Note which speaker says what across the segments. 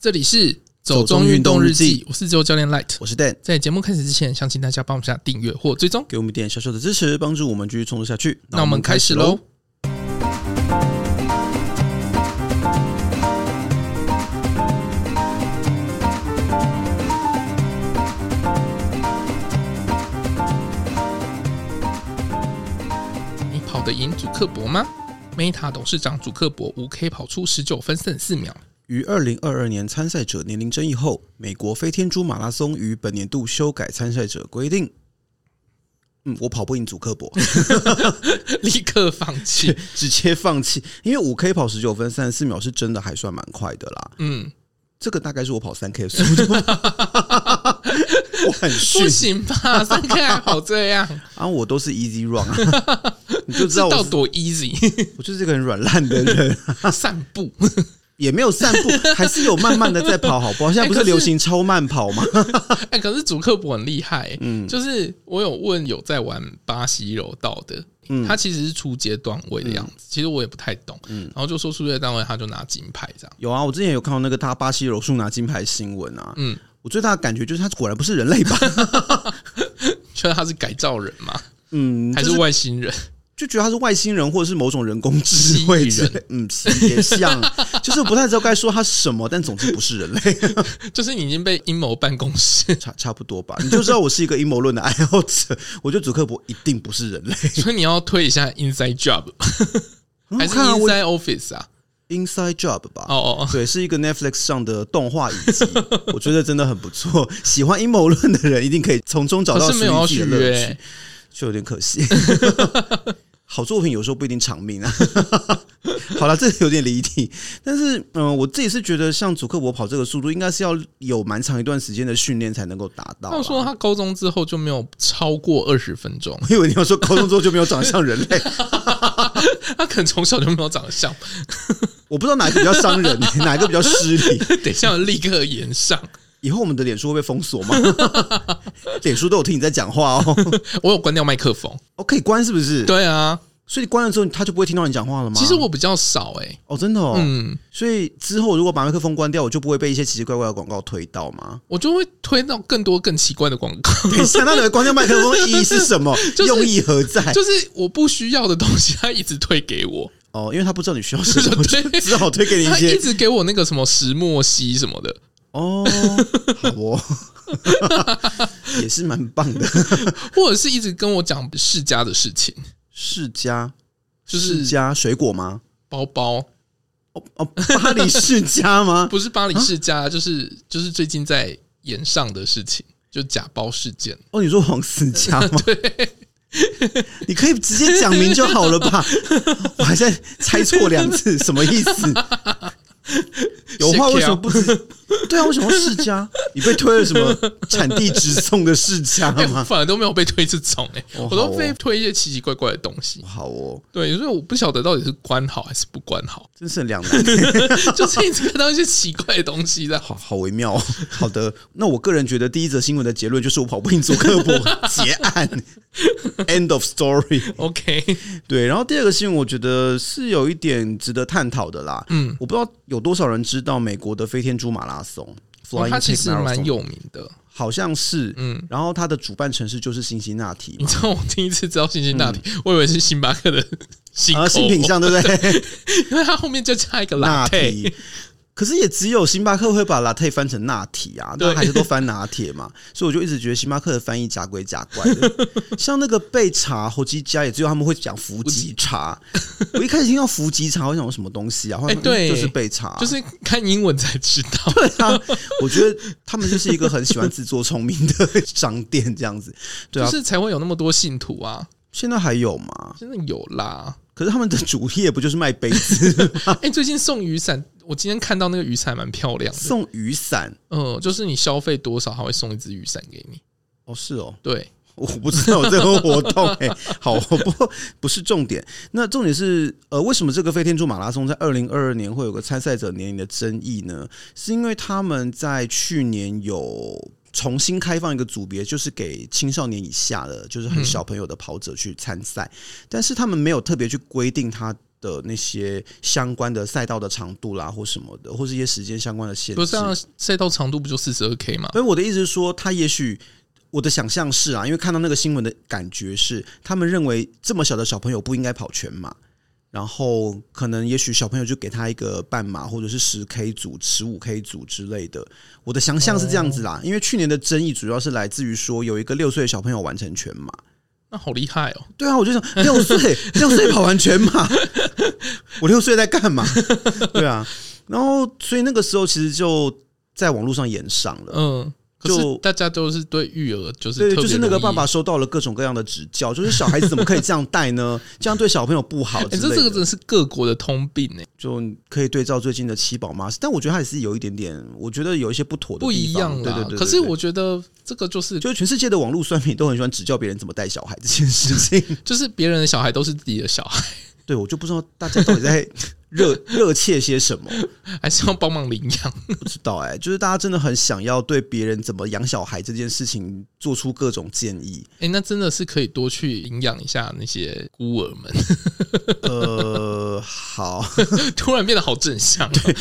Speaker 1: 这里是走
Speaker 2: 中
Speaker 1: 中运
Speaker 2: 运动
Speaker 1: 动
Speaker 2: 日
Speaker 1: 日记
Speaker 2: 记，
Speaker 1: 我是自由教练 Light。
Speaker 2: 我是 Dan，
Speaker 1: 在节目开始之前，想请大家帮我们下订阅或追踪。
Speaker 2: 给我们一点小小的支持，帮助我们继续冲刺下去。
Speaker 1: 那我们开始喽。。你跑得赢祖克伯吗？Meta 董事长祖克伯五 K 跑出十九分四四秒。
Speaker 2: 于二零二二年参赛者年龄争议后，美国飞天猪马拉松于本年度修改参赛者规定。嗯，我跑不赢祖 克伯，
Speaker 1: 立刻放弃。
Speaker 2: 直接放弃，因为五 K 跑十九分三十四秒是真的还算蛮快的啦。
Speaker 1: 嗯，
Speaker 2: 这个大概是我跑三 K 的速 度，我很逊
Speaker 1: 不行吧？三 K 还好这 样，
Speaker 2: 啊，我都是 easy run，啊 你就知
Speaker 1: 知
Speaker 2: 道我
Speaker 1: 道
Speaker 2: 是
Speaker 1: 多 easy
Speaker 2: 我就是一个很软烂的人，
Speaker 1: 散步。
Speaker 2: 也没有散步，还是有慢慢的在跑，好不好？现在不
Speaker 1: 哎可
Speaker 2: 是
Speaker 1: 是
Speaker 2: 流行超慢跑吗？
Speaker 1: 哎，可是主克伯很厉害、嗯，就是我有问有在玩巴西柔道的，
Speaker 2: 嗯
Speaker 1: 他其实是初阶段位的样子，其实我也不太懂，
Speaker 2: 嗯
Speaker 1: 然后就说初阶段位他就拿金牌这样，
Speaker 2: 有啊，我之前有看到那个他巴西柔术拿金牌的新闻啊。
Speaker 1: 嗯
Speaker 2: 嗯，我最大的感觉就是他果然不是人类吧？
Speaker 1: 觉得他是改造人 嘛，
Speaker 2: 嗯，
Speaker 1: 还
Speaker 2: 就是
Speaker 1: 外星人？
Speaker 2: 就觉得他是外星人或者是某种人工智慧之类。嗯，是也 像，就是不太知道该说他是什么，但总之不是人类，
Speaker 1: 就是你已经被阴谋办公室，
Speaker 2: 差差不多吧。你就知道我是一个阴谋论的爱好者，我觉得祖克伯一定不是人类。
Speaker 1: 所以你要推一下 Inside Job
Speaker 2: 很
Speaker 1: 还是
Speaker 2: 好看啊，我
Speaker 1: Inside Office 啊？
Speaker 2: Inside Job 吧。
Speaker 1: 哦哦哦，
Speaker 2: 对，是一个 Netflix 上的动画影集，我觉得真的很不错。喜欢阴谋论的人一定可以从中找到
Speaker 1: 可是没有要
Speaker 2: 属于
Speaker 1: 续
Speaker 2: 自己的乐
Speaker 1: 约、欸
Speaker 2: 趣，就有点可惜。好作品有时候不一定长命啊。 好了，这有点离题，但是嗯、呃我自己是觉得像祖克伯跑这个速度，应该是要有蛮长一段时间的训练才能够达到
Speaker 1: 他说
Speaker 2: 啦。
Speaker 1: 他高中之后就没有超过二十分钟，
Speaker 2: 我以为你要说高中之后就没有长相人类，
Speaker 1: 他可能从小就没有长相，
Speaker 2: 我不知道哪一个比较伤人、欸哪一个比较失礼。
Speaker 1: 等一下立刻延上。
Speaker 2: 以后我们的脸书会被封锁吗？ 脸书都有听你在讲话哦，
Speaker 1: 我有关掉麦克风，
Speaker 2: 哦可以关是不是？
Speaker 1: 对啊，
Speaker 2: 所以关了之后，他就不会听到你讲话了吗？
Speaker 1: 其实我比较少哎、
Speaker 2: 哦，真的哦，
Speaker 1: 嗯，
Speaker 2: 所以之后如果把麦克风关掉，我就不会被一些奇奇怪怪的广告推到 吗？
Speaker 1: 我就会推到更多更奇怪的广告，
Speaker 2: 等一下，那你的关掉麦克风意义是什么？
Speaker 1: 就是
Speaker 2: 用意何在？
Speaker 1: 就是我不需要的东西，他一直推给 我，
Speaker 2: 哦，因为他不知道你需 要什么，
Speaker 1: 对
Speaker 2: 就只好推给你一
Speaker 1: 他一
Speaker 2: 些
Speaker 1: 直给我那个什么石墨烯什么的，
Speaker 2: 哦，好 哦，也是蛮棒的。
Speaker 1: 或者是一直跟我讲世家的事情，
Speaker 2: 世家
Speaker 1: 就是
Speaker 2: 世家水果吗？
Speaker 1: 包包，
Speaker 2: 哦哦，巴黎世家吗？
Speaker 1: 不是巴黎世家，就是就是最近在延上的事情，就假包事件，
Speaker 2: 哦，你说黄思佳吗？ 对，你可以直接讲明就好了 吧？我还在猜错两次，什么 意思？有话为什么不直？对啊，为什么世家？你被推了什么产地直送的世家
Speaker 1: 哎、我
Speaker 2: 吗？
Speaker 1: 反而都没有被推这种哎、
Speaker 2: 啊哦
Speaker 1: 我都
Speaker 2: 好哦
Speaker 1: 被推一些奇奇怪怪的东西，
Speaker 2: 好哦，
Speaker 1: 对，所以我不晓得到底是关好还是不关好，
Speaker 2: 真是很两难，
Speaker 1: 就是一直看到一些奇怪的东西的。
Speaker 2: 好好微妙、哦。 好的，那我个人觉得第一则新闻的结论就是我跑不赢祖克伯，结 案，end of story。
Speaker 1: OK，
Speaker 2: 对，然后第二个新闻，我觉得是有一点值得探讨的啦。嗯，我不知道有多少人知道美国的飞天猪马拉松
Speaker 1: 哦
Speaker 2: ，Flying
Speaker 1: 它其
Speaker 2: Pig
Speaker 1: 实蛮
Speaker 2: Marathon，
Speaker 1: 有名的。
Speaker 2: 好像是。
Speaker 1: 嗯
Speaker 2: 嗯，然后它的主办城市就是辛辛那提
Speaker 1: 你知道我第一次知道星星大体，我以为是星巴克的新
Speaker 2: 嗯嘛，啊，
Speaker 1: 口
Speaker 2: 新品项 对 不对？
Speaker 1: 因为它后面就加一个
Speaker 2: 拿
Speaker 1: latte，
Speaker 2: 铁。可是也只有星巴克会把 latte 翻成拿铁啊，
Speaker 1: 对
Speaker 2: 那还是都翻拿铁嘛，所以我就一直觉得星巴克的翻译假鬼假怪 的。像那个贝茶、侯吉家，也只有他们会讲伏 吉茶。我一开始听到伏吉茶，我想说什么东西啊？后来
Speaker 1: 哎对
Speaker 2: 就是贝茶啊，
Speaker 1: 就是看英文才知道。
Speaker 2: 对啊， 我觉得他们就是一个很喜欢自作聪明的商店这样子。对
Speaker 1: 就
Speaker 2: 啊，
Speaker 1: 是才会有那么多信徒啊！
Speaker 2: 现在还有吗？
Speaker 1: 真的有 啦！
Speaker 2: 可是他们的主业不就是卖杯子、
Speaker 1: 哎、最近送雨伞，我今天看到那个雨伞蛮漂亮的。
Speaker 2: 送雨伞？
Speaker 1: 嗯、就是你消费多少，他会送一支雨伞给你。
Speaker 2: 哦，是哦，
Speaker 1: 对，
Speaker 2: 我不知道有这个活动哎、 好，不过不是重点。那重点是，呃，为什么这个飞天柱马拉松在二零二二年会有个参赛者年龄的争议呢？是因为他们在去年有。重新开放一个组别，就是给青少年以下的，就是很小朋友的跑者去参赛。但是他们没有特别去规定他的那些相关的赛道的长度啦，或什么的，或是一些时间相关的限制。
Speaker 1: 不是啊，赛道长度不就四十二 K 吗？
Speaker 2: 所以我的意思是说，他也许我的想象是啊，因为看到那个新闻的感觉是，他们认为这么小的小朋友不应该跑全马，然后可能也许小朋友就给他一个半马或者是十 K 组、十五 K 组之类的。我的想象是这样子啦，因为去年的争议主要是来自于说有一个六岁的小朋友完成全马。
Speaker 1: 那好厉害哦！
Speaker 2: 对啊，我就想六岁， 六岁跑完全马，我六岁在干嘛？对啊，然后所以那个时候其实就在网络上演上了，
Speaker 1: 嗯，
Speaker 2: 就
Speaker 1: 大家都是对育儿就是
Speaker 2: 对，就是那个
Speaker 1: 哎
Speaker 2: 爸爸收到了各种各样的指教，就是小孩子怎 么可以这样带呢？这样对小朋友不好。哎、欸，
Speaker 1: 这这个真的是各国的通病哎、欸，
Speaker 2: 就可以对照最近的七宝妈，但我觉得还是有一点点，我觉得有一些不妥的
Speaker 1: 不一样
Speaker 2: 对对对,對。
Speaker 1: 可是我觉得。这个就是，
Speaker 2: 就是全世界的网络酸民都很喜欢指教别人怎么带小孩这件事情
Speaker 1: 就是别人的小孩都是自己的小孩。
Speaker 2: 对，我就不知道大家到底在热 热切些什么，
Speaker 1: 还是要帮忙领养？
Speaker 2: 不知道哎、欸，就是大家真的很想要对别人怎么养小孩这件事情做出各种建议。
Speaker 1: 哎、欸，那真的是可以多去领养一下那些孤儿们。
Speaker 2: 呃，好，
Speaker 1: 突然变得好正向、啊。
Speaker 2: 对，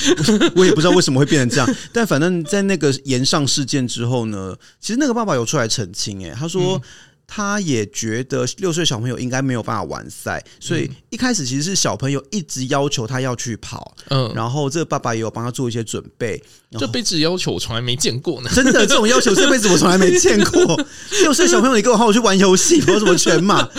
Speaker 2: 我也不知道为什么会变成这样，但反正在那个延上事件之后呢，其实那个爸爸有出来澄清、欸，哎，他说。嗯他也觉得六岁小朋友应该没有办法完赛，所以一开始其实是小朋友一直要求他要去跑，嗯，然后这个爸爸也有帮他做一些准备。
Speaker 1: 这辈子要求我从来没见过呢，
Speaker 2: 真的这种要求这辈子我从来没见过。 六岁小朋友，你跟我好好去玩游戏，跑什么全马？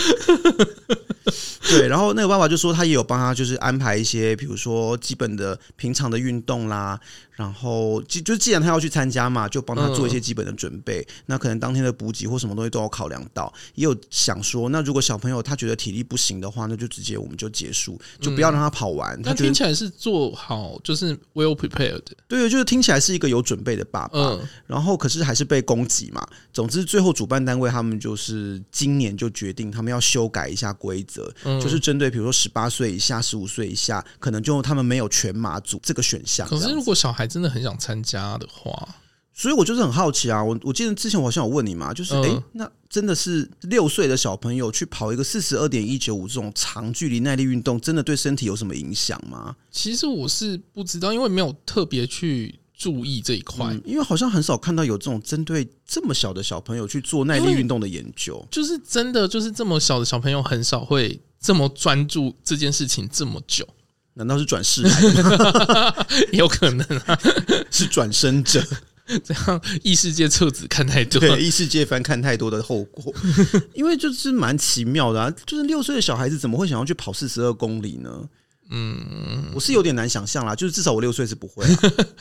Speaker 2: 对，然后那个爸爸就说他也有帮他，就是安排一些，比如说基本的平常的运动啦，然后就就既然他要去参加嘛，就帮他做一些基本的准备。嗯、那可能当天的补给或什么东西都要考量到，也有想说，那如果小朋友他觉得体力不行的话，那就直接我们就结束，就不要让他跑完。嗯、他
Speaker 1: 听起来是做好，就是 well prepared。
Speaker 2: 对，就是听起来是一个有准备的爸爸，嗯、然后可是还是被攻击嘛。总之，最后主办单位他们就是今年就决定，他们要修改一下规则。啊
Speaker 1: 嗯
Speaker 2: 就是针对比如说十八岁以下、十五岁以下，可能就他们没有全马组这个选项。
Speaker 1: 可是如果小孩真的很想参加的话，
Speaker 2: 所以我就是很好奇啊。我我记得之前我好像有问你嘛，就是哎、嗯欸，那真的是六岁的小朋友去跑一个四十二点一九五这种长距离耐力运动，真的对身体有什么影响吗？
Speaker 1: 其实我是不知道，因为没有特别去。注意这一块、嗯，
Speaker 2: 因为好像很少看到有这种针对这么小的小朋友去做耐力运动的研究。
Speaker 1: 就是真的，就是这么小的小朋友很少会这么专注这件事情这么 久。
Speaker 2: 难道是转世来？
Speaker 1: 有可能啊，
Speaker 2: 是转生者。
Speaker 1: 这样异世界册子看太多，
Speaker 2: 对异世界番看太多的后果，因为就是蛮奇妙的啊。就是六岁的小孩子怎么会想要去跑四十二公里呢？嗯，我是有点难想象啦，就是至少我六岁是不会啦，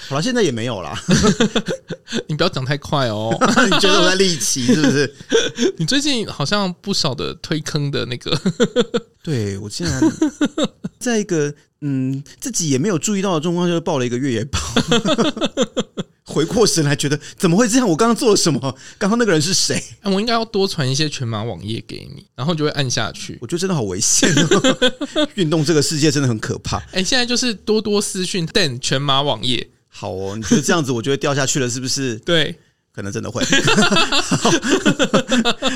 Speaker 2: 好了，现在也没有啦。
Speaker 1: 你不要讲太快 哦，
Speaker 2: 你觉得我在立奇是不是？
Speaker 1: 你最近好像不少的推坑的那个，
Speaker 2: 对我竟然在一个嗯自己也没有注意到的状况，就报了一个越野跑。 回过神来，觉得怎么会这样？我刚刚做了什么？刚刚那个人是谁？
Speaker 1: 啊、我应该要多传一些全马网页给你，然后就会按下去。
Speaker 2: 我觉得真的好危险、哦， 运动这个世界真的很可怕。
Speaker 1: 哎、欸，现在就是多多私讯但全马网页。
Speaker 2: 好哦，你觉得这样子我就会掉下去了，是不是？
Speaker 1: 对，
Speaker 2: 可能真的会。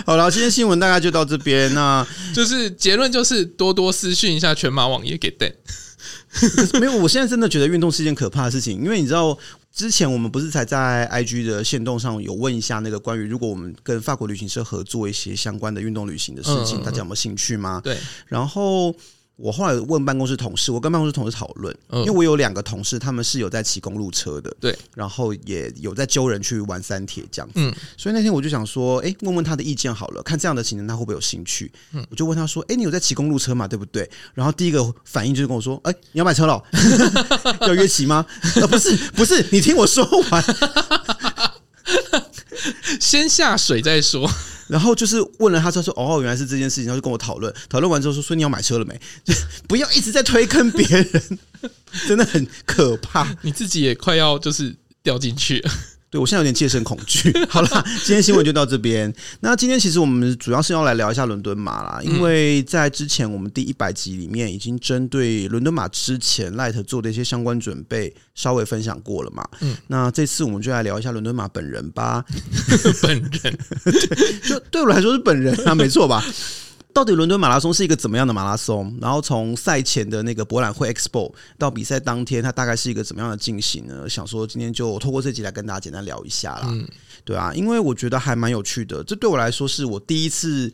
Speaker 2: 好了，今天新闻大概就到这边。那
Speaker 1: 就是结论就是多多私讯一下全马网页给邓。
Speaker 2: 没有，我现在真的觉得运动是一件可怕的事情，因为你知道。之前我们不是才在 IG 的线动上有问一下那个关于如果我们跟法国旅行社合作一些相关的运动旅行的事情，嗯、大家有没有兴趣吗？
Speaker 1: 对。
Speaker 2: 然后我后来问办公室同事，我跟办公室同事讨论，嗯、因为我有两个同事他们是有在骑公路车的，
Speaker 1: 对。
Speaker 2: 然后也有在揪人去玩三铁这样子，嗯。所以那天我就想说，哎、欸，问问他的意见好了，看这样的行程他会不会有兴趣？嗯。我就问他说，哎、欸，你有在骑公路车嘛？对不对？然后第一个反应就是跟我说，哎、欸，你要买车了、喔？ 要约骑吗？呃，不是，不是，你听我说完，
Speaker 1: 先下水再说。
Speaker 2: 然后就是问了他，他说：“哦，原来是这件事情。”他就跟我讨论，讨论完之后说：“所以你要买车了没？” 就不要一直在推坑别人， 真的很可怕。
Speaker 1: 你自己也快要就是掉进去 了。
Speaker 2: 对，我现在有点戒慎恐惧。 好啦，今天新闻就到这边。那今天其实我们主要是要来聊一下伦敦马啦，因为在之前我们第一百集里面已经针对伦敦马之前 Light 做的一些相关准备稍微分享过了嘛。嗯，那这次我们就来聊一下伦敦马本人吧。
Speaker 1: 本人
Speaker 2: 對，就对我来说是本人啊，没错吧？到底伦敦马拉松是一个怎么样的马拉松？然后从赛前的那个博览会 Expo 到比赛当天，它大概是一个怎么样的进行呢？想说今天就透过这集来跟大家简单聊一下啦。
Speaker 1: 嗯
Speaker 2: 对啊，因为我觉得还蛮有趣的，这对我来说是我第一次。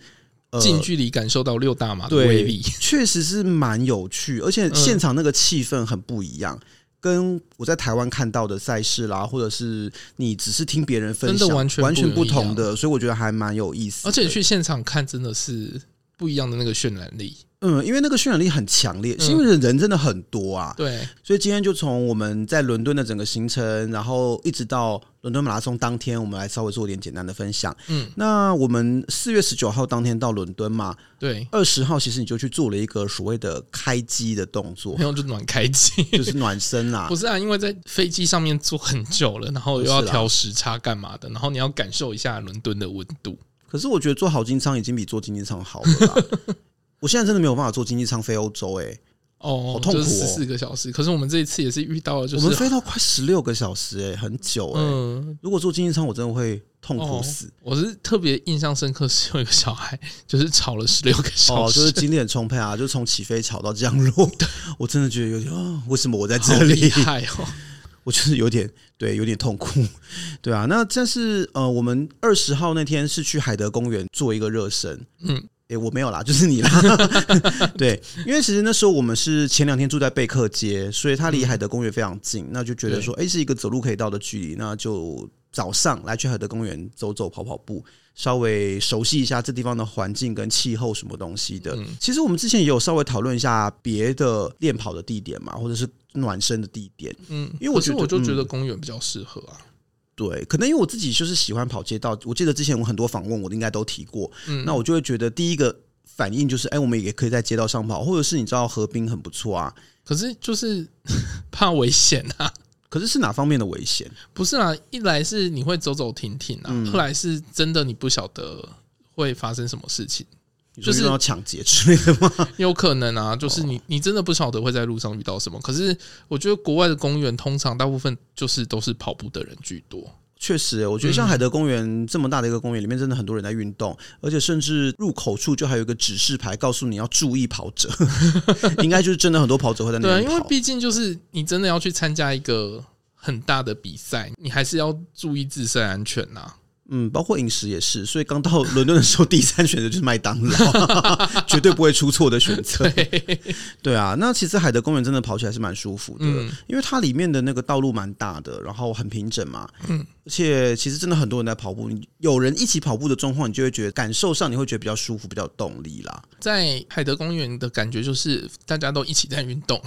Speaker 2: 呃
Speaker 1: 近距离感受到六大马的威
Speaker 2: 对，
Speaker 1: 力，
Speaker 2: 确实是蛮有趣，而且现场那个气氛很不一样。跟我在台湾看到的赛事啦，或者是你只是听别人分享，
Speaker 1: 真的完全
Speaker 2: 全完
Speaker 1: 不
Speaker 2: 不
Speaker 1: 一样
Speaker 2: 同的，所以我觉得还蛮有意思的。
Speaker 1: 而且去现场看真的是不一样的那个渲染力。
Speaker 2: 嗯，因为那个渲染力很强烈，
Speaker 1: 嗯
Speaker 2: 是因为人真的很多啊，
Speaker 1: 对，
Speaker 2: 所以今天就从我们在伦敦的整个行程，然后一直到伦敦马拉松当天，我们来稍微做点简单的分享。
Speaker 1: 嗯，
Speaker 2: 那我们四月十九号当天到伦敦嘛，
Speaker 1: 对，
Speaker 2: 二十号其实你就去做了一个所谓的开机的动作
Speaker 1: 然，后就暖开机。
Speaker 2: 就是暖身啦
Speaker 1: 不。是啊，因为在飞机上面坐很久了，然后又要
Speaker 2: 不是啊
Speaker 1: 调时差干嘛的，然后你要感受一下伦敦的温度。
Speaker 2: 可是我觉得做好经舱已经比做经济舱好了啦。我现在真的没有办法做经济舱飞欧洲哎、
Speaker 1: 哦，
Speaker 2: 好痛苦哦
Speaker 1: 十四个小时。可是我们这一次也是遇到了，就
Speaker 2: 我
Speaker 1: 是啊
Speaker 2: 们飞到快十六个小时哎、很久哎、
Speaker 1: 嗯，
Speaker 2: 如果做经济舱，我真的会痛苦
Speaker 1: 哦
Speaker 2: 死。
Speaker 1: 我是特别印象深刻，是有一个小孩就是吵了十六个
Speaker 2: 哦，
Speaker 1: 小时，
Speaker 2: 就是精力很充沛啊，就从起飞吵到降落， 我真的觉得有点啊，为什么我在这
Speaker 1: 好厉
Speaker 2: 里？
Speaker 1: 害哦。
Speaker 2: 我就是有点对，有点痛苦， 对啊。那但是呃，我们二十号那天是去海德公园做一个热身，
Speaker 1: 嗯，
Speaker 2: 诶、我没有啦，就是你啦， 对，因为其实那时候我们是前两天住在贝克街，所以它离海德公园非常近，那就觉得说，诶、是一个走路可以到的距离，那就早上来去海德公园走走跑跑步，稍微熟悉一下这地方的环境跟气候什么东西的。其实我们之前也有稍微讨论一下别的练跑的地点嘛，或者是暖身的地点。
Speaker 1: 嗯，
Speaker 2: 因为我
Speaker 1: 可是
Speaker 2: 觉得
Speaker 1: 我就觉得
Speaker 2: 嗯
Speaker 1: 公园比较适合啊。
Speaker 2: 对，可能因为我自己就是喜欢跑街道，我记得之前我很多访问我应该都提过，
Speaker 1: 嗯
Speaker 2: 那我就会觉得第一个反应就是，哎、我们也可以在街道上跑，或者是你知道河滨很不错啊，
Speaker 1: 可是就是 怕危险啊。
Speaker 2: 可是是哪方面的危险？
Speaker 1: 不是啦，一来是你会走走停停啊，
Speaker 2: 嗯
Speaker 1: 二来是真的你不晓得会发生什么事情，
Speaker 2: 你说
Speaker 1: 就是
Speaker 2: 遇到抢劫之类的吗？
Speaker 1: 有可能
Speaker 2: 哦
Speaker 1: 啊，就是你你真的不晓得会在路上遇到什么。可是我觉得国外的公园通常大部分就是都是跑步的人居多，
Speaker 2: 确实，欸我觉得像
Speaker 1: 嗯
Speaker 2: 海德公园这么大的一个公园，里面真的很多人在运动，而且甚至入口处就还有一个指示牌，告诉你要注意跑者， 应该就是真的很多跑者会在
Speaker 1: 对
Speaker 2: 那
Speaker 1: 啊，
Speaker 2: 里
Speaker 1: 因为
Speaker 2: 跑。嗯
Speaker 1: 毕竟就是你真的要去参加一个很大的比赛，你还是要注意自身安全啊呐、
Speaker 2: 嗯，包括饮食也是，所以刚到伦敦的时候， 第三选择就是麦当劳， 绝对不会出错的选择。
Speaker 1: 对，
Speaker 2: 对啊，那其实海德公园真的跑起来是蛮舒服的，
Speaker 1: 嗯
Speaker 2: 因为它里面的那个道路蛮大的，然后很平整嘛。嗯，而且其实真的很多人在跑步，你有人一起跑步的状况，你就会觉得感受上你会觉得比较舒服，比较有动力啦。
Speaker 1: 在海德公园的感觉就是大家都一起在运动，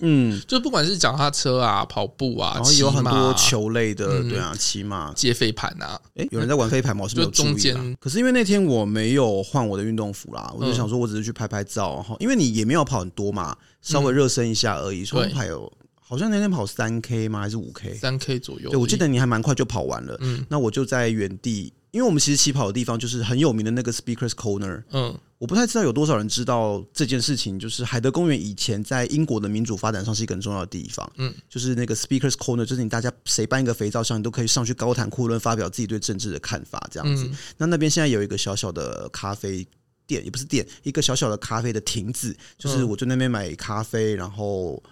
Speaker 2: 嗯，
Speaker 1: 就不管是脚踏车啊、跑步啊，
Speaker 2: 然后也有
Speaker 1: 骑
Speaker 2: 很
Speaker 1: 马啊嗯
Speaker 2: 多球类的，对啊，骑马。
Speaker 1: 接飞盘啊，
Speaker 2: 诶，有人在玩飞盘吗？我是没有
Speaker 1: 就中
Speaker 2: 注意啦
Speaker 1: 间。
Speaker 2: 可是因为那天我没有换我的运动服啦，我就
Speaker 1: 嗯
Speaker 2: 想说，我只是去拍拍照，然后因为你也没有跑很多嘛，稍微热身一下而已。所以
Speaker 1: 嗯对
Speaker 2: 还有好像那天跑三 K 吗？还是五 K？
Speaker 1: 三 K 左右。
Speaker 2: 对，我记得你还蛮快就跑完了。
Speaker 1: 嗯
Speaker 2: 那我就在原地，因为我们其实起跑的地方就是很有名的那个 Speakers Corner。
Speaker 1: 嗯，
Speaker 2: 我不太知道有多少人知道这件事情，就是海德公园以前在英国的民主发展上是一个很重要的地方。
Speaker 1: 嗯，
Speaker 2: 就是那个 Speakers Corner，就是你大家谁搬一个肥皂箱，你都可以上去高谈阔论，发表自己对政治的看法这样子。
Speaker 1: 嗯
Speaker 2: 那那边现在有一个小小的咖啡。店也不是店，一个小小的咖啡的亭子，就是
Speaker 1: 嗯
Speaker 2: 我就那边买咖啡，然后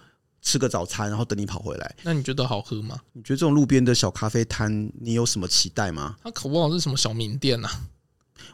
Speaker 2: 吃个早餐，然后等你跑回来。
Speaker 1: 那你觉得好喝吗？
Speaker 2: 你觉得这种路边的小咖啡摊，你有什么期待吗？
Speaker 1: 它搞不好是什么小名店啊？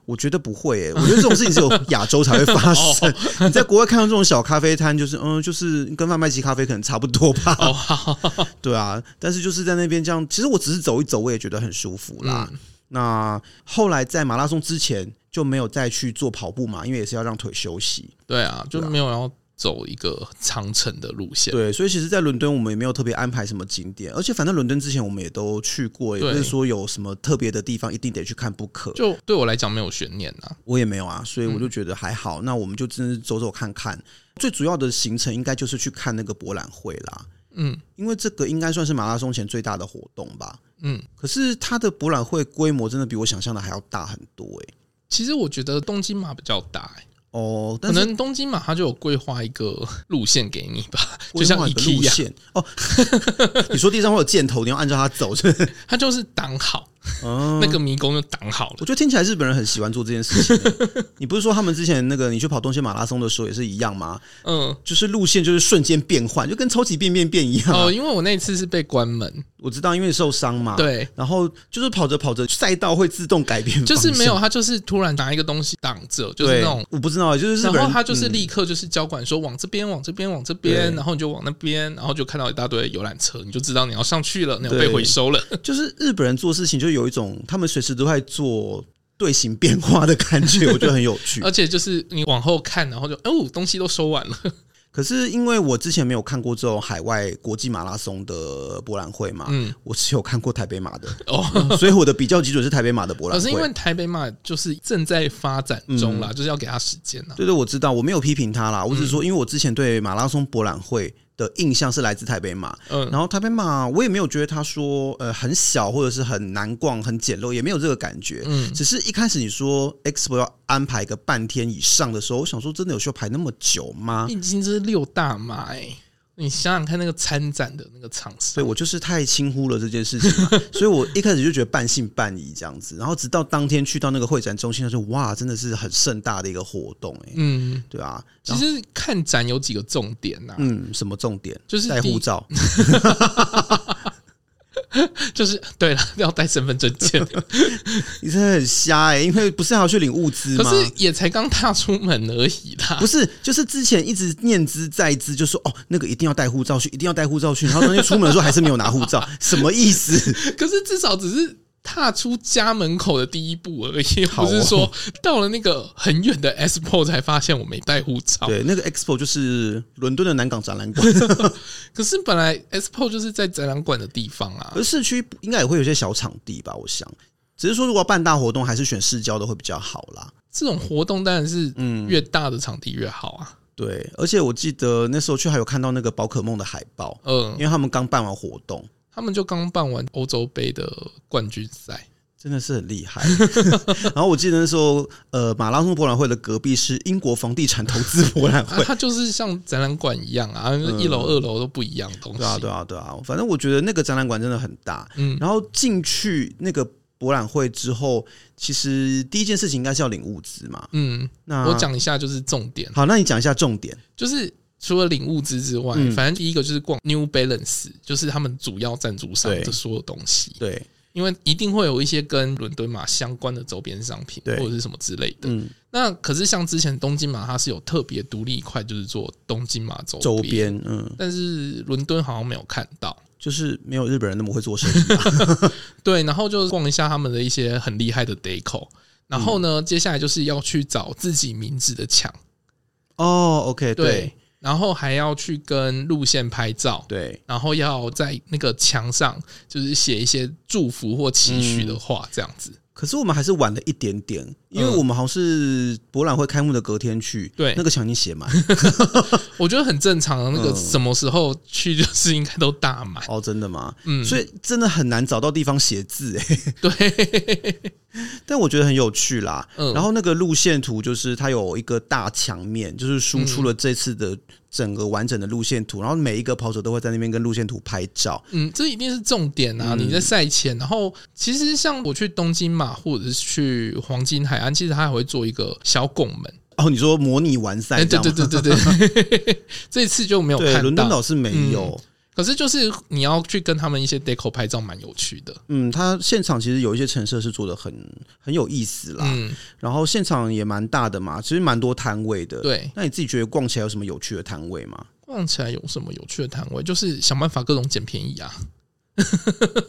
Speaker 2: 我觉得不会、欸，我觉得这种事情只 有亚洲才会发生。
Speaker 1: 哦
Speaker 2: 你在国外看到这种小咖啡摊，就是嗯，就是跟贩卖机咖啡可能差不多吧，
Speaker 1: 哦，好，
Speaker 2: 对啊。但是就是在那边这样，其实我只是走一走，我也觉得很舒服啦。
Speaker 1: 嗯
Speaker 2: 那后来在马拉松之前就没有再去做跑步嘛，因为也是要让腿休息。
Speaker 1: 对啊，就没有要走一个长城的路线。
Speaker 2: 对，所以其实，在伦敦我们也没有特别安排什么景点，而且反正伦敦之前我们也都去过，也不
Speaker 1: 对
Speaker 2: 是说有什么特别的地方一定得去看不可。
Speaker 1: 就对我来讲没有悬念啊。
Speaker 2: 我也没有啊，所以我就觉得还好。那我们就真的是走走看看，最主要的行程应该就是去看那个博览会啦，
Speaker 1: 嗯
Speaker 2: 因为这个应该算是马拉松前最大的活动吧。
Speaker 1: 嗯，
Speaker 2: 可是它的博览会规模真的比我想象的还要大很多欸诶、
Speaker 1: 其实我觉得东京马比较大、欸，
Speaker 2: 哦，
Speaker 1: 可
Speaker 2: 但是
Speaker 1: 能东京马它就有规划一个路线给你吧，就
Speaker 2: 规
Speaker 1: 像
Speaker 2: 划
Speaker 1: i
Speaker 2: 的路
Speaker 1: k
Speaker 2: 线哦，你说地上会有箭头，你要按照它走，是不是
Speaker 1: 它就是挡好，
Speaker 2: 嗯
Speaker 1: 哦、那个迷宫就挡好了。
Speaker 2: 我觉得听起来日本人很喜欢做这件事情、 欸。你不是说他们之前那个你去跑东京马拉松的时候也是一样吗？
Speaker 1: 嗯，
Speaker 2: 就是路线就是瞬间变换，就跟超级变变变一样、啊。
Speaker 1: 哦，因为我那一次是被关门，
Speaker 2: 我知道，因为受伤嘛。
Speaker 1: 对，
Speaker 2: 然后就是跑着跑着赛道会自动改变，
Speaker 1: 就是没有，他就是突然拿一个东西挡着，就是那种
Speaker 2: 我不知道，就是
Speaker 1: 然后他
Speaker 2: 嗯
Speaker 1: 就是立刻就是交管说往这边往这边往这边，然后你就往那边，然后就看到一大堆游览车，你就知道你要上去了，那被回收了。
Speaker 2: 就是日本人做事情就有。有一种他们随时都在做队形变化的感觉，我觉得很有 趣。
Speaker 1: 而且就是你往后看，然后就哦，东西都收完了。
Speaker 2: 可是因为我之前没有看过这种海外国际马拉松的博览会嘛，嗯，我只有看过台北马的哦，所以我的比较基准是台北马的博览会。
Speaker 1: 可是因为台北马就是正在发展中啦，嗯、就是要给他时间啦。
Speaker 2: 对对，我知道，我没有批评他啦，我只是说，因为我之前对马拉松博览会。的印象是来自台北马，嗯，然后台北马我也没有觉得他说呃很小或者是很难逛、很简陋，也没有这个感觉，嗯，只是一开始你说 Expo 要安排个半天以上的时候，我想说真的有需要排那么久吗？
Speaker 1: 已经是六大马哎、欸，你想想看那个参展的那个场次，
Speaker 2: 对我就是太轻忽了这件事情 嘛，所以我一开始就觉得半信半疑这样子，然后直到当天去到那个会展中心，他说哇，真的是很盛大的一个活动哎、欸，嗯，对啊。
Speaker 1: 其实看展有几个重点呐、啊，
Speaker 2: 嗯，什么重点？
Speaker 1: 就是
Speaker 2: 带护照，
Speaker 1: 就是对了，要带身份证件。
Speaker 2: 你真的很瞎哎、欸，因为不是还要去领物资吗？
Speaker 1: 可是也才刚踏出门而已啦。
Speaker 2: 不是，就是之前一直念之在之，就说哦，那个一定要带护照去，一定要带护照去，然后当天出门的时候还是没有拿护照，什么意思？
Speaker 1: 可是至少只是。踏出家门口的第一步而已，
Speaker 2: 啊
Speaker 1: 不是说到了那个很远的 Expo 才发现我没带护照。
Speaker 2: 对，那个 Expo 就是伦敦的南港展览馆，
Speaker 1: 可是本来 Expo 就是在展览馆的地方啊。
Speaker 2: 而市区应该也会有些小场地吧，我想。只是说，如果办大活动，还是选市郊的会比较好啦。
Speaker 1: 这种活动当然是
Speaker 2: 嗯
Speaker 1: 越大的场地越好啊。
Speaker 2: 对，而且我记得那时候去还有看到那个宝可梦的海报，嗯，因为他们刚办完活动。
Speaker 1: 呃他们就刚办完欧洲杯的冠军赛，
Speaker 2: 真的是很厉害。然后我记得那时候，呃，马拉松博览会的隔壁是英国房地产投资博览会、啊，
Speaker 1: 它就是像展览馆一样啊，嗯、一楼、二楼都不一样东西。
Speaker 2: 对啊，对啊，对啊。反正我觉得那个展览馆真的很大。嗯，然后进去那个博览会之后，其实第一件事情应该是要领物资嘛。
Speaker 1: 嗯，那我讲一下就是重点。
Speaker 2: 好，那你讲一下重点，
Speaker 1: 就是。除了领物资之外，嗯、反正第一个就是逛 New Balance，就是他们主要赞助商的所有东西。
Speaker 2: 对，
Speaker 1: 因为一定会有一些跟伦敦马相关的周边商品或者是什么之类的。嗯，那可是像之前东京马它是有特别独立一块，就是做东京马周
Speaker 2: 周边。嗯，
Speaker 1: 但是伦敦好像没有看到，
Speaker 2: 就是没有日本人那么会做生 意、啊。
Speaker 1: 对，然后就逛一下他们的一些很厉害的 deco，然后呢，嗯、接下来就是要去找自己名字的墙。
Speaker 2: 哦，OK，
Speaker 1: 对。對然后还要去跟路线拍照，
Speaker 2: 对，
Speaker 1: 然后要在那个墙上就是写一些祝福或期许的话，这样子、嗯。
Speaker 2: 可是我们还是晚了一点点，因为我们好像是博览会开幕的隔天去，
Speaker 1: 对、嗯，
Speaker 2: 那个墙已经写满。
Speaker 1: 我觉得很正常，啊那个什么时候去就是应该都大满。
Speaker 2: 哦，真的吗？嗯，所以真的很难找到地方写字、欸，
Speaker 1: 对。
Speaker 2: 但我觉得很有趣啦，嗯、然后那个路线图就是它有一个大墙面，就是输出了这次的整个完整的路线图，嗯、然后每一个跑者都会在那边跟路线图拍照。
Speaker 1: 嗯，这一定是重点啊！嗯、你在赛前，然后其实像我去东京马或者是去黄金海岸，其实它还会做一个小拱门。
Speaker 2: 哦，你说模拟完赛？
Speaker 1: 嗯哎对对对对对对， 这次就没有看到，
Speaker 2: 伦敦岛是没有。
Speaker 1: 可是就是你要去跟他们一些 deco 拍照，蛮有趣的。
Speaker 2: 嗯，他现场其实有一些陈设是做的很很有意思啦。嗯，然后现场也蛮大的嘛，其实蛮多摊位的。
Speaker 1: 对，
Speaker 2: 那你自己觉得逛起来有什么有趣的摊位吗？
Speaker 1: 逛起来有什么有趣的摊位？就是想办法各种捡便宜啊。